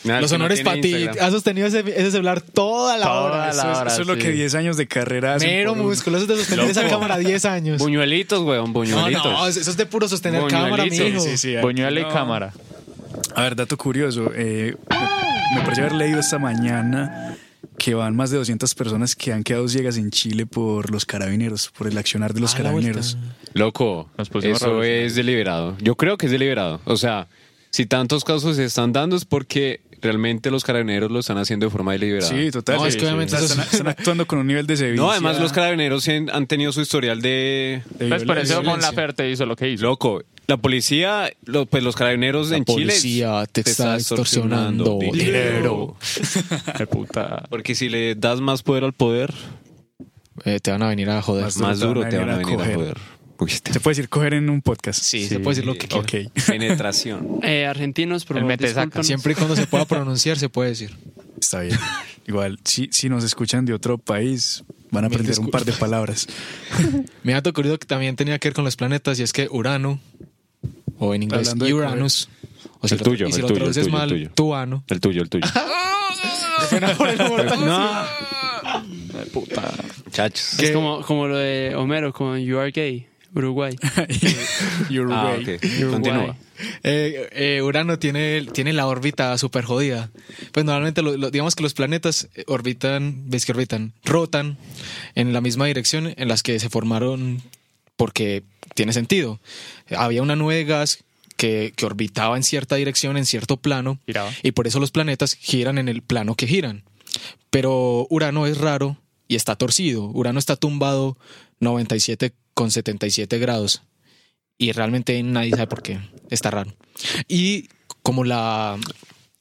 Ah, Los honores para ti. ah, patitas Has sostenido ese, ese celular toda la Toda hora. la Eso es, hora, eso es lo sí. que 10 años de carrera hacen Mero por un- músculo. Eso es de sostener esa Loco. cámara 10 años. Buñuelitos, weón, pues. No, ah, buñuelitos. no, eso es de puro sostener cámara, Buñuelitos. mijo. Sí, sí, sí. Buñuela y No. cámara. A ver, dato curioso. eh, me, me parece haber leído esta mañana que van más de 200 personas que han quedado ciegas en Chile por los carabineros, por el accionar de los Ah, la vuelta. carabineros. Loco, Nos pusimos eso revolucionarios. es deliberado. Yo creo que es deliberado. O sea, si tantos casos se están dando es porque realmente los carabineros lo están haciendo de forma deliberada. Sí, total. No, es Sí, que sí. obviamente O sea, eso están, es- están actuando con un nivel de servicio. No, además los carabineros han han tenido su historial de... Pues por eso Mon violencia. Laferte hizo lo que hizo. Loco, la policía, lo- pues los carabineros La en Chile... policía te está extorsionando dinero. Qué puta. Porque si le das más poder al poder, Eh, te van a venir a joder. Más- más duro te van a venir a coger. joder. Uy, este- Se puede decir coger en un podcast. Sí, se puede decir lo que quieras. Ok. Penetración. Eh, argentinos, por El favor, mete saca. discúlpanos. Siempre y cuando se pueda pronunciar, se puede decir. Está bien. Igual, si, si nos escuchan de otro país, van a Mil aprender un par de disculpas. palabras. Me ha ocurrido que también tenía que ver con los planetas y es que Urano, o en inglés Hablando de Uranus, o si El lo- tuyo, y si el lo tuyo, el traduces tuyo, el mal, tuyo. Tuano. El tuyo, el tuyo. no. Muchachos. Es como, como lo de Homero con You Are Gay, Uruguay. Ah, Uruguay. ok. Uruguay. Continúa. Eh, eh, Urano tiene, tiene la órbita súper jodida. Pues normalmente, lo- lo- digamos que los planetas eh, orbitan, ves que orbitan, rotan en la misma dirección en las que se formaron porque tiene sentido. Había una nube de gas que, que orbitaba en cierta dirección, en cierto plano, Giraba. y por eso los planetas giran en el plano que giran. Pero Urano es raro y está torcido. Urano está tumbado 97,77 grados y realmente nadie sabe por qué. Está raro. Y como la,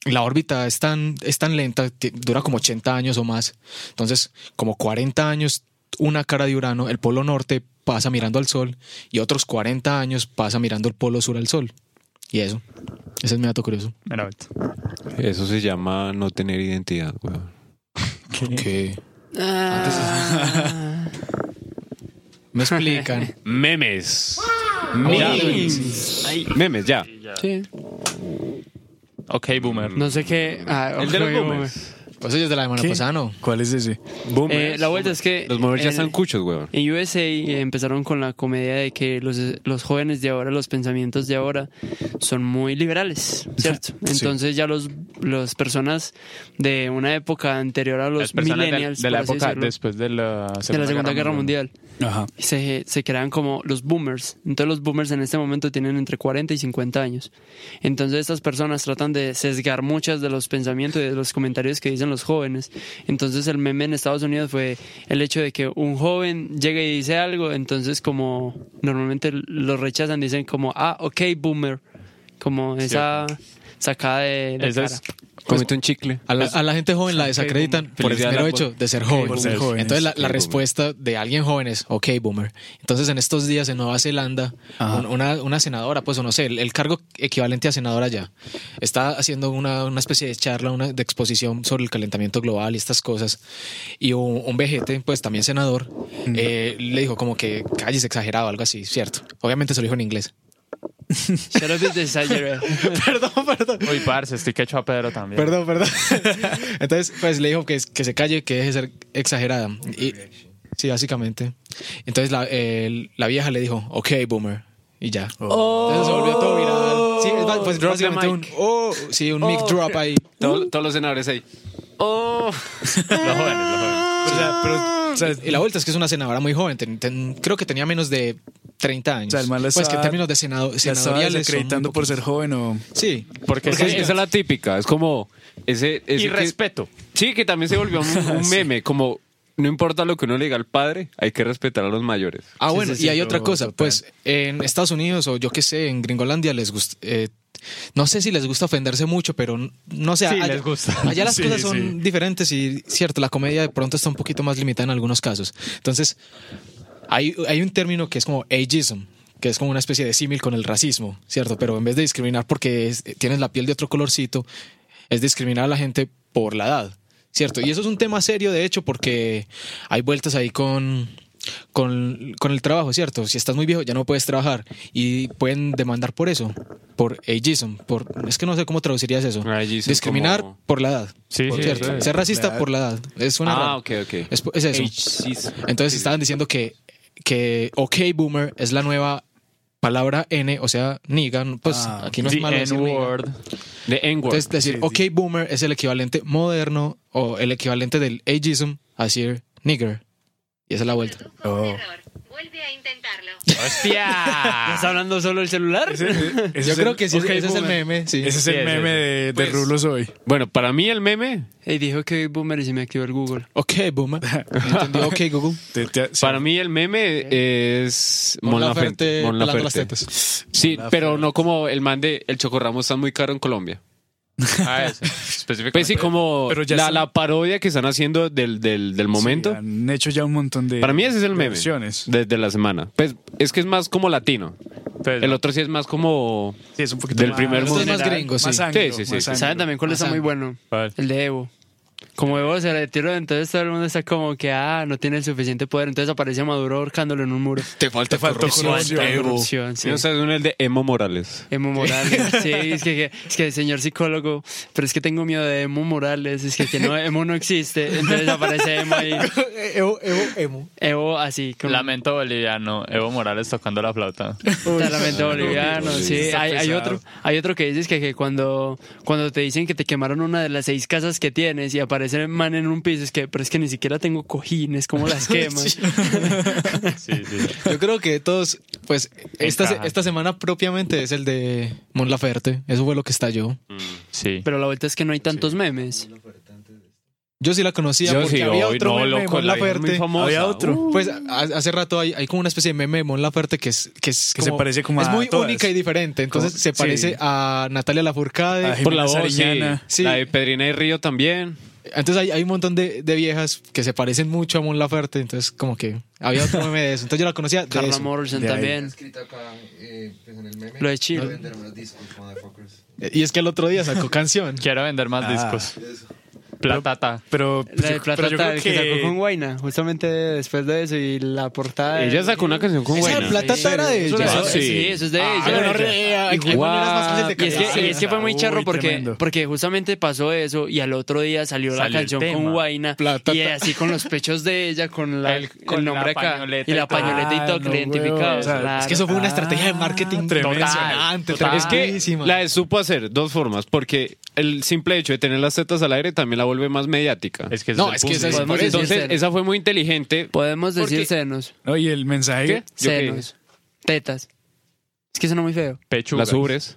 la órbita es tan, es tan lenta, que dura como 80 años o más. Entonces, como 40 años, una cara de Urano, el polo norte pasa mirando al sol y otros 40 años pasa mirando el polo sur al sol. Y eso. Ese es mi dato curioso. Mira, vete. Eso se llama no tener identidad, weón. Que Ah. me explican. Memes. Memes. Ya. Memes, ya. Sí. Ok, boomer. No sé qué. ah, El de los ok, boomers. Pues eso es de la semana ¿Qué? pasada, ¿no? ¿Cuál es ese? Boomers. Eh, la vuelta es que. eh, Los boomers ya en- están cuchos, weón. En USA eh, empezaron con la comedia de que los, los jóvenes de ahora, los pensamientos de ahora, son muy liberales, ¿cierto? Entonces ya los las personas de una época anterior a los Las personas de, millennials, de la por así época decirlo, después de la Segunda, de la Segunda Guerra Mundial, Ajá. se, se crean como los boomers. Entonces los boomers en este momento tienen entre 40 y 50 años. Entonces estas personas tratan de sesgar muchas de los pensamientos y de los comentarios que dicen los jóvenes. Entonces el meme en Estados Unidos fue el hecho de que un joven llega y dice algo, entonces como normalmente lo rechazan, dicen como, ah, ok, boomer. Como esa sacada de, de Esa cara. es Pues Comete un chicle. A la, a la gente joven la desacreditan por el Felicidad, mero la- hecho de ser joven. por ser joven, Entonces la, sí, la boomer. respuesta de alguien joven es, ok, boomer. Entonces en estos días en Nueva Zelanda, un- una, una senadora, pues o no sé, el, el cargo equivalente a senadora ya, está haciendo una, una especie de charla, una de exposición sobre el calentamiento global y estas cosas. Y un, un vejete, pues también senador, eh, le dijo como que calles exagerado, algo así, ¿cierto? Obviamente se lo dijo en inglés. Shut up is exaggerated. perdón, perdón. Uy, parce, estoy que hecho a Pedro también. Perdón, perdón. Entonces, pues le dijo que, que se calle, que deje de ser exagerada. Y, sí, básicamente. Entonces la, el- la vieja le dijo, ok, boomer. Y ya. Oh. Entonces se volvió todo viral. Sí, es ba- pues Drop the básicamente un, mic. oh, sí, un mic drop ahí. Todo- todos los senadores ahí. Los jóvenes, los jóvenes. O sea, pero, o sea, Y la vuelta es que es una senadora muy joven. ten- ten- creo que tenía menos de 30 años. O sea, el man la pues que en estaba- términos de senado, ¿la estaba senadoriales. son muy desacreditando por poquitos. ser joven o...? Sí. Porque Porque sí, esa es la típica. Es como ese. ese y que- respeto. Sí, que también se volvió un, un meme. Como no importa lo que uno le diga al padre, hay que respetar a los mayores. Ah, Sí, bueno, sí, sí, y hay yo- otra cosa, total. pues en Estados Unidos o yo qué sé, en Gringolandia les gusta, eh, no sé si les gusta ofenderse mucho, pero n- no sé, Sí, allá, les gusta. allá las Sí, cosas son sí. diferentes y cierto, la comedia de pronto está un poquito más limitada en algunos casos. Entonces, hay, hay un término que es como ageism, que es como una especie de símil con el racismo, ¿cierto? Pero en vez de discriminar porque es- tienes la piel de otro colorcito, es discriminar a la gente por la edad, ¿cierto? Y eso es un tema serio, de hecho, porque hay vueltas ahí con, con, con el trabajo, ¿cierto? Si estás muy viejo ya no puedes trabajar y pueden demandar por eso, por ageism, por... Es que no sé cómo traducirías eso. Ageism discriminar como- por la edad. Sí, sí, ¿cierto? sí. Ser racista Claro. por la edad. Es una... ah, raro. ok, ok. Es, es eso. Ageism. Entonces estaban diciendo que, que OK Boomer es la nueva palabra N, o sea, niga. Pues Ah, aquí no es The malo decir niga. N-word. The N-word. Entonces decir Sí, OK sí. Boomer es el equivalente moderno o el equivalente del ageism a decir nigger. Y esa es la vuelta. Oh. Error. Vuelve a intentarlo. ¿Ya ¡Hostia! está hablando solo el celular? Yo creo que sí, ese, ese es el meme. Sí. ese es el Pues, Sí, ese, meme ese. de, de Rulos hoy. Bueno, para mí el meme, Y dijo que boomer y se me activó el Google. OK Boomer. Entendió OK Google. Te- te- para mí el meme es Mon Laferte. Mon pelando las Laferte. tetas. Sí, Mon Laferte. pero no como el man de El Chocorramo está muy caro en Colombia. Ah, eso. Específicamente. Pues sí, como Pero ya la, son- la parodia que están haciendo del, del, del momento. Sí, han hecho ya un montón de. Para mí ese es el de meme. versiones. Desde la semana. Pues es que es más como latino. Pues, El otro sí es más como... Sí, es un poquito Del más- primer mundo. Este es más gringo, sí. Más anglo, Sí, sí, sí, más sí. anglo. ¿Saben también cuál está muy bueno? ¿Cuál? El de Evo. Como Evo se retiró, entonces todo el mundo está como que, ah, no tiene el suficiente poder. Entonces aparece Maduro ahorcándolo en un muro. Te falta corrupción, Evo. Corrupción, sí. No sé, es un el de Emo Morales. Emo Morales, sí, es que, que- es que señor psicólogo, pero es que tengo miedo de Emo Morales, es que, que no, Emo no existe, entonces aparece Emo ahí, Evo, Evo, Emo. Evo así, como Lamento boliviano. Evo Morales tocando la flauta. Parlamento boliviano, Bolivia. sí, Está hay, hay pesado. otro, hay otro que dices que, que cuando, cuando te dicen que te quemaron una de las seis casas que tienes y aparece el man en un piso, es que, pero es que ni siquiera tengo cojines, ¿cómo las quemas? Sí, sí. Yo creo que todos, pues, esta, se- Encajan. esta semana propiamente es el de Mon Laferte. Eso fue lo que estalló. Sí. Pero la vuelta es que no hay tantos memes. Yo sí la conocía porque había otro meme de Mon Laferte. Había otro. Pues a- hace rato hay, hay como una especie de meme de Mon Laferte que es que es Que se parece como es a muy todas. única y diferente. Entonces Como- se parece sí. a Natalia A Lafourcade. Jim- Por la Jimena voz, sí. Sariñana. Sí. La de Pedrina y Río también. Entonces hay, hay un montón de, de viejas que se parecen mucho a Mon Laferte. Entonces como que había otro meme de eso. Entonces yo la conocía de Carla eso. Morrison De ahí. también, escrito acá eh, pues en el meme. lo de Chile. Vender los discos, motherfuckers. Y es que el otro día sacó canción. Quiero vender más Ah. discos. Platata. Pero, pues, La de pero yo creo Platata, el Pues que... sacó con Guaina, justamente después de eso, y la portada. Ella sacó una canción con Esa de buena. Platata era de Eso ella. es- Sí. Sí, eso es de Ah, ella. gonorrea, hay- hay maneras más fáciles de Y es, que, cantar. y es que fue muy Uy, charro porque, tremendo. porque justamente pasó eso y al otro día salió la Salió el canción tema. con Guaina Platata. y así con los pechos de ella, con, la, El- el, con la nombre acá pañoleta y y la todo. pañoleta y todo Ah, que no, le identificaba. huevón, o sea, Claro. Es que eso fue una estrategia de marketing tremendo. impresionante, Total. Es que tremendísima. la supo hacer dos formas, porque el simple hecho de tener las tetas al aire también la vuelve más mediática. Es que ese No, el es que punto. esa es- Podemos por eso. decir Entonces, senos. esa fue muy inteligente. Podemos Porque- decir senos. No, y el mensaje. ¿Qué? ¿Yo qué? Senos. Tetas. Es que suena muy feo. Pechugas. Las ubres.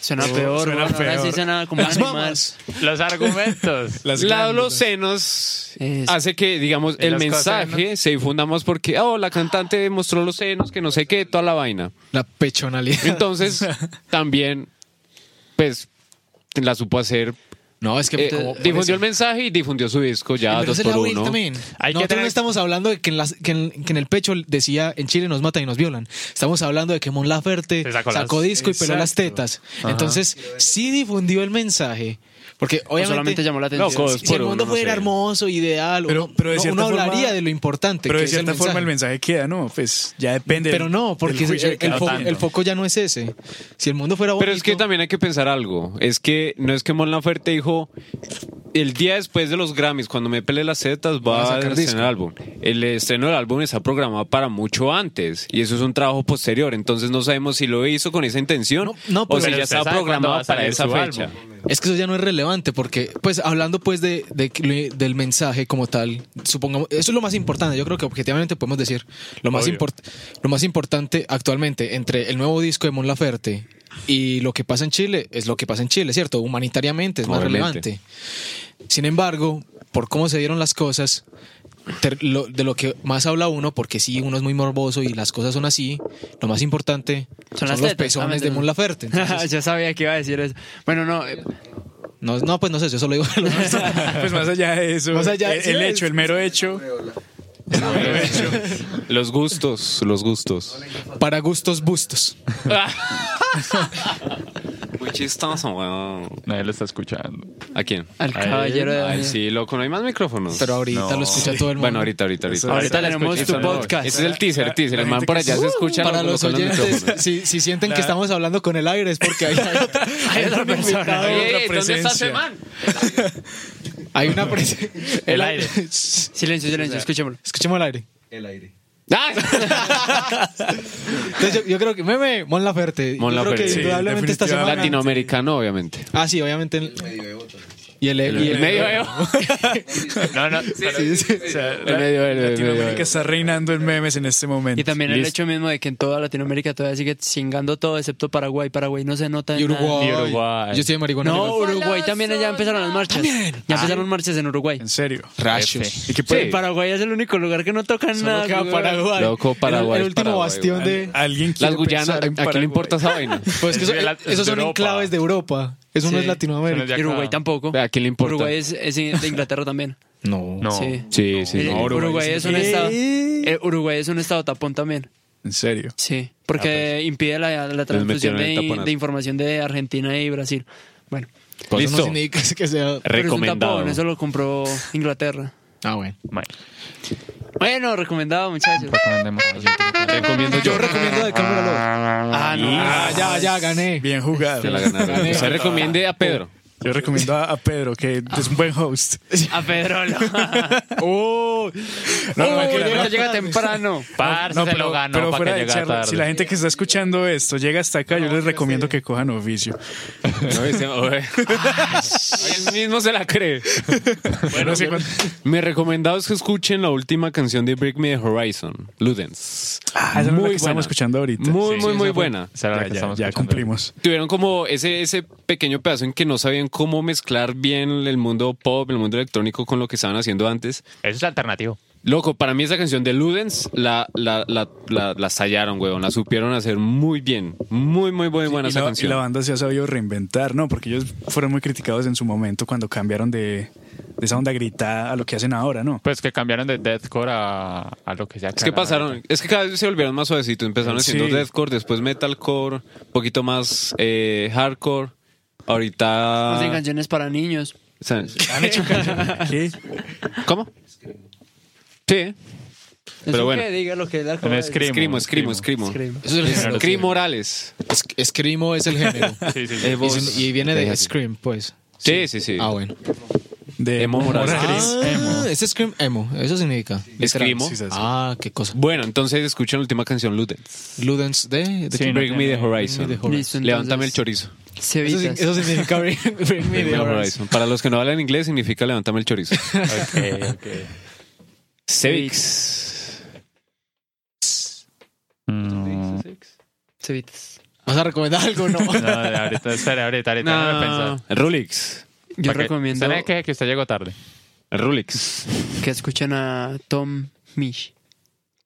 Suena Oh, peor. suena bueno, Ahora peor. sí suena como Las un animal. mamas. Los argumentos. Las La de glándulas. los senos Es- hace que, digamos, Y el las cosas, mensaje se difunda más porque, oh, la cantante mostró los senos, que no sé qué, toda la vaina. La pechonalidad. Entonces, también, pues, la supo hacer No, es que Eh, como- difundió el mensaje y difundió su disco ya Pero dos esa es por la Will uno. también. Hay que Nosotros tener- no estamos hablando de que en, las- que en- que en el pecho decía en Chile nos matan y nos violan. Estamos hablando de que Mon Laferte Se sacó, sacó las- disco y peló las Exacto. tetas. Entonces, sí difundió el mensaje. Porque O obviamente. solamente llamó la No, atención. cosas si el por mundo uno, no fuera sé. hermoso, ideal, Pero- uno- pero de uno, cierta forma- hablaría de lo importante. Pero que de es cierta forma el mensaje queda, ¿no? Pues ya depende. Pero no, porque del el, juicio el que cada fo- tanto. el foco ya no es ese. Si el mundo fuera bonito. Pero es que también hay que pensar algo. Es que no es que Mon Laferte dijo el día después de los Grammys, cuando me pele las setas, a va a sacar disco". estrenar el álbum. El estreno del álbum está programado para mucho antes y eso es un trabajo posterior. Entonces no sabemos si lo hizo con esa intención No, no, o pero- si Pero ya usted estaba sabe cuándo va programado a para salir esa su fecha. álbum. Es que eso ya no es relevante porque, pues, hablando pues de, de- del mensaje como tal, supongamos, eso es lo más importante, yo creo que objetivamente podemos decir, lo más, Obvio. import- lo más importante actualmente entre el nuevo disco de Mon Laferte y lo que pasa en Chile es lo que pasa en Chile, ¿cierto? Humanitariamente es más Obviamente. relevante. Sin embargo, por cómo se dieron las cosas, ter- lo- de lo que más habla uno, porque sí, uno es muy morboso y las cosas son así, lo más importante Son son, las los tetas, pezones obviamente. de Mon Laferte. Entonces, Yo sabía que iba a decir eso. Bueno, no. eh, no, no, pues no sé, yo solo digo... Pues más allá de eso. Más allá- el, sí, el es- hecho, el mero hecho. Los gustos, los gustos. Para gustos bustos. Muy chistoso, weón. Nadie lo está escuchando. ¿A quién? Al caballero de. Ay, sí, loco, no hay más micrófonos. Pero ahorita No. lo escucha todo el mundo. Bueno, ahorita, ahorita, ahorita. Ahorita tenemos tu Eso no. podcast. Ese es el teaser, teaser. El La man gente por que- allá se escucha. Para lo los colocan en el oyentes, micrófono. si, si sienten que estamos hablando con el aire es porque hay, hay otra un persona. invitado, Hay otra Ey, ¿Dónde está presencia. ese man? hay una presen- El aire. Silencio, silencio, escuchémoslo. Escuchemos el aire. El aire. Ah. Entonces yo, yo creo que meme Mon Laferte. Mon yo Laferte, creo sí, que indudablemente esta semana. definitivamente. Latinoamericano, obviamente. Ah, sí, obviamente. el- Medio otro. y el, y el- medio No, no. pero- o sea, El medio el medio Latinoamérica está reinando en memes en este momento. Y también el Listo. hecho mismo de que en toda Latinoamérica todavía sigue chingando todo, excepto Paraguay. Paraguay no se nota. en y nada. Uruguay. Y Uruguay. Yo estoy de maricón. No, Uruguay también ya empezaron las marchas. Ya empezaron marchas en Uruguay. En serio. Rayos. Y Sí, que puede- Pues Paraguay es el único lugar que no tocan nada. Acá, güey. Paraguay. Loco, Paraguay, El, el último Paraguay, bastión de. Alguien Las quiere Guyanas, pensar ¿a en quién le Paraguay. importa esa vaina? Pues que Es eso- de la- es esos de son Europa. enclaves de Europa. Eso no Sí. es Latinoamérica. Son de Y Uruguay acá. tampoco. ¿A quién le importa? Uruguay es, es de Inglaterra también. No. No. Sí. Sí, Eh, sí. no, Uruguay, Uruguay es sí. un Eh. estado. eh, Uruguay es un estado tapón también. En serio. Sí. Porque impide la, la transfusión Ah, pues. metieron el de, taponazo. de información de Argentina y Brasil. Bueno. Pues eso Listo. no significa que sea. Pero es un Recomendado. tapón, eso lo compró Inglaterra. Ah, bueno. Bueno, Bueno, recomendado, muchachos. recomendemos a la gente. Recomiendo yo. Yo recomiendo de cámara Lobo. Ah, no. Ah, ya, ya, gané. Bien jugado. Se la ganaron. Gané. Se recomiende Ah, a Pedro. Yo recomiendo a, a Pedro, que es un buen host. A Pedrolo. ¡Oh! No, no, mentira, no. llega Ah. temprano. Parce, No, se lo ganó pero para fuera que de llegara charla, tarde. si la gente que está escuchando esto llega hasta acá, yo les recomiendo que cojan oficio. No, ese- oye. Él mismo se la cree. Bueno, sí, cuando- Mi recomendado es que escuchen la última canción de Break Me the Horizon, Ludens. Ah, esa no es la que buena. estamos escuchando ahorita. Muy, Sí, muy, muy esa fue- buena. esa era la ya, que ya, estamos ya escuchando. cumplimos. Tuvieron como ese, ese pequeño pedazo en que no sabían cómo mezclar bien el mundo pop, el mundo electrónico con lo que estaban haciendo antes. Eso es alternativo. Loco, para mí esa canción de Ludens la, la, la, la, la sallaron, weón. La supieron hacer muy bien. Muy, muy, muy buena Y esa la, y canción. la banda se ha sabido reinventar, ¿no? Porque ellos fueron muy criticados en su momento cuando cambiaron de, de esa onda gritada a lo que hacen ahora, ¿no? Pues que cambiaron de deathcore a, a lo que sea. Es que pasaron, es que cada vez se volvieron más suavecitos. Empezaron Sí. haciendo deathcore, después metalcore, un poquito más eh, hardcore. Ahorita. Hacen canciones para niños. o sea, Han hecho canciones. ¿Qué? ¿Cómo? Sí. Pero Eso bueno. que diga lo que él acaba En de Scream. Escrimo, escrimo, escrimo. escrimo. Eso decir. es el género. Escrimo Morales. Es- Escrimo es el género. Sí, sí, sí. Eh, Y, vos- es- y viene de Déjate. Scream, pues. Sí, sí, sí. Ah, bueno. De Emo Morales. Ah, es Scream Emo. Eso significa. Escrimo. Sí, sí, sí. Ah, qué cosa. Bueno, entonces escuchen la última canción, Ludens. Ludens de. de Sí, no Bring me the tiene- horizon. de Horizon. Listo, entonces. Levántame el chorizo. Eso, sí- Cevitas. eso significa Bring, Bring me the Bring me the Horizon. horizon. Para los que no hablan inglés, significa levántame el chorizo. Ok, ok. Sevix. Mm, Cevitas. ¿Vas a recomendar algo no? No, ahorita, espera, ahorita, ahorita. No, no, No, Rulix. Yo recomiendo ¿Sabes qué? Que usted llegó tarde. Rulix. que escuchen a Tom Mish.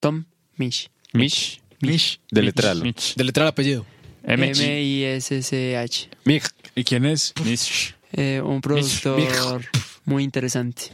Tom Mish. Mish. Mish. Deletralo. Mitch. De letra al apellido. M. M-I-S-S-H. Mich. ¿Y quién es? Mitch. eh, un productor muy interesante.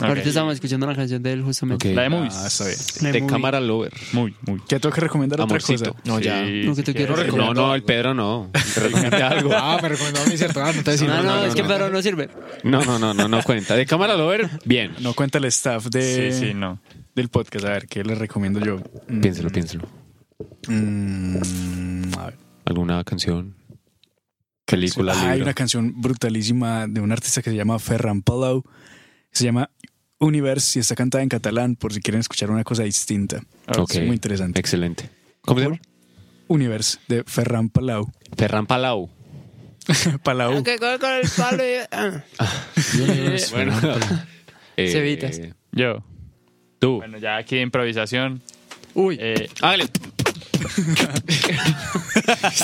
Ahorita estamos escuchando la canción de él justamente. Ok. La de movies. Ah, está bien. La De movie. cámara lover. Muy, muy. Ya tengo que recomendar Amorcito. otra cosa. No, ya. Lo que te quiero quieres. No, no, el Pedro no. Recomiende algo. Ah, me recomendó a mí, ¿cierto? Ah, no te No, decía. no, es que Pedro no sirve. No, no, no, no, no cuenta. De cámara lover, bien. No cuenta el staff de, Sí, sí, no. del podcast. A ver, ¿qué les recomiendo yo? Mm, Piénselo, piénselo. mm, a ver. ¿Alguna canción? Película, Ah, Hay libro. una canción brutalísima de un artista que se llama Ferran Palau. Se llama Universe y está cantada en catalán por si quieren escuchar una cosa distinta. Ok. Es muy interesante. Excelente. ¿Cómo se llama? Universe de Ferran Palau. Ferran Palau. Palau. ah. Bueno, eh, Cevitas. Yo. Tú. Bueno, ya aquí de improvisación. Uy, eh, Hágale.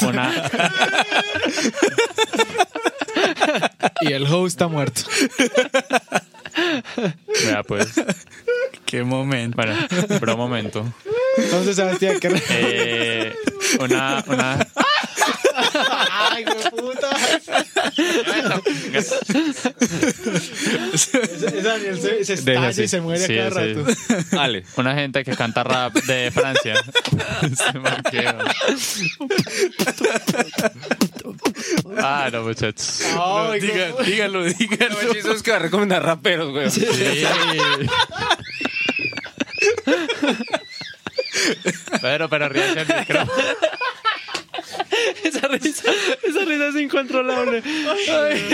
una, Y el host está muerto. vea, pues. Qué momento. Bueno, pero un momento. Entonces, Sebastián, ¿qué re- Eh, una, una. ¡Ay, güey, puta! Ese Daniel se, se Deja estalla así. y se muere Sí, a cada sí. rato. Dale. Una gente que canta rap de Francia. Este Se me quedó. Ah, no, muchachos. Ay, güey. Diga- dígalo, dígalo. El chiste es que va a recomendar raperos, güey. Pero, pero ríanse el micro. esa risa, esa risa es incontrolable. Ay,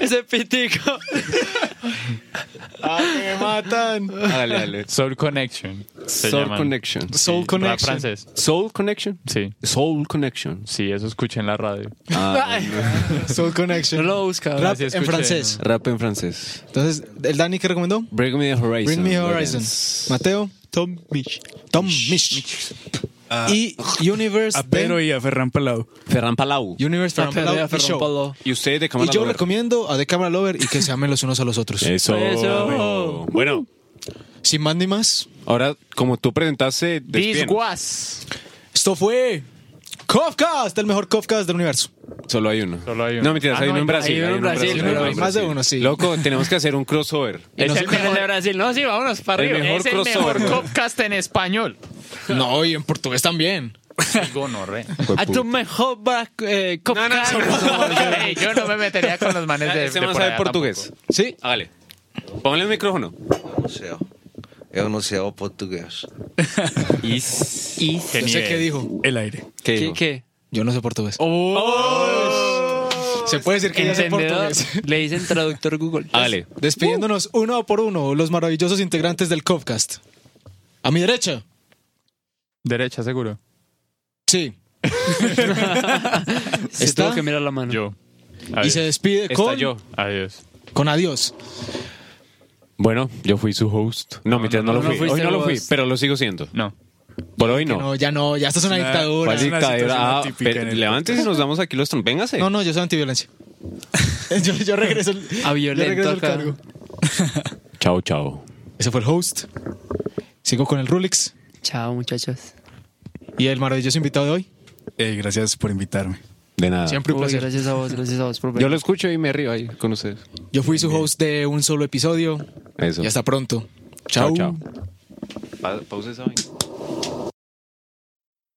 ese pitico. Ay, me matan. Dale, dale. Soul Connection. se Soul llaman. Connection. Soul Rap Connection. francés. Soul Connection. Sí, Soul Connection. sí, eso escuché en la radio. Soul No Connection. lo buscaba. Rap sí escuché, en francés. Rap en francés. Entonces, ¿el Dani qué recomendó? Bring me the horizon. Bring Me Horizon. Lorenz. Mateo. Tom Misch. Tom Misch. Y Universe A Pedro de- y a Ferran Palau. Ferran Palau. Ah, Universe Está Ferran Palau perrea, y Ferran Show. Palo. Y ustedes de cámara Y yo Lover. recomiendo a The Camera Lover y que se amen los unos a los otros. Eso. Eso. Bueno, Sin más ni más, ahora, como tú presentaste, This despídenos. was. esto fue Kofcast, el mejor Kofcast del universo. Solo hay uno. Solo hay uno. No, mentiras, Ah, hay no, uno en hay- Brasil. hay uno en Brasil, hay pero uno en hay más de uno, sí. Loco, tenemos que hacer un crossover. Es Nos el escuchan mejor- de Brasil. No, sí, vámonos para El arriba. mejor Es el mejor crossover. podcast en español. No, y en portugués también. Gonorrea. A tu mejor bra- eh, copcast. Ey, yo no me metería con los manes de, Ah, Ese de este man por sabe allá português. Sí, Hágale. Póngale el micrófono. Não sei. Eu não sei É o português. Is. tampoco. yo sé qué dijo. El aire. ¿Qué ¿Qué? dijo? ¿Qué? Yo no sé portugués. Oh. Se puede decir que yo sé Entendedor. portugués. Le dicen traductor Google. Hágale. Despidiéndonos uno por uno, los maravillosos integrantes del Kofcast. A mi derecha. Derecha, seguro. Sí. Se Está- tuvo que mirar la mano. Yo. Y se despide con, Estalló. Adiós. con adiós. Bueno, yo fui su host. No, mentiras, no, no, no lo fui. Hoy fuiste no lo fui, vos. pero lo sigo siendo. No. Por hoy no. No, ya no, ya esto es una dictadura. ¿Cuál Es una dictadura? situación Ah, atípica pe- en el levántese y nos damos aquí los tron. Véngase. No, no, yo soy antiviolencia. yo, yo regreso el, A Ah. yo violento regreso el acá. cargo. Chao, chao. Ese fue el host. Sigo con el Rulix Chao, muchachos. y el maravilloso invitado de hoy. Eh, gracias por invitarme. De nada. Siempre un Uy, placer. gracias a vos, gracias a vos por Yo venir. lo escucho y me río ahí con ustedes. Yo fui su host de un solo episodio. Eso. Y hasta pronto. Chao, chao. chao. Pa- pausa esa vaina.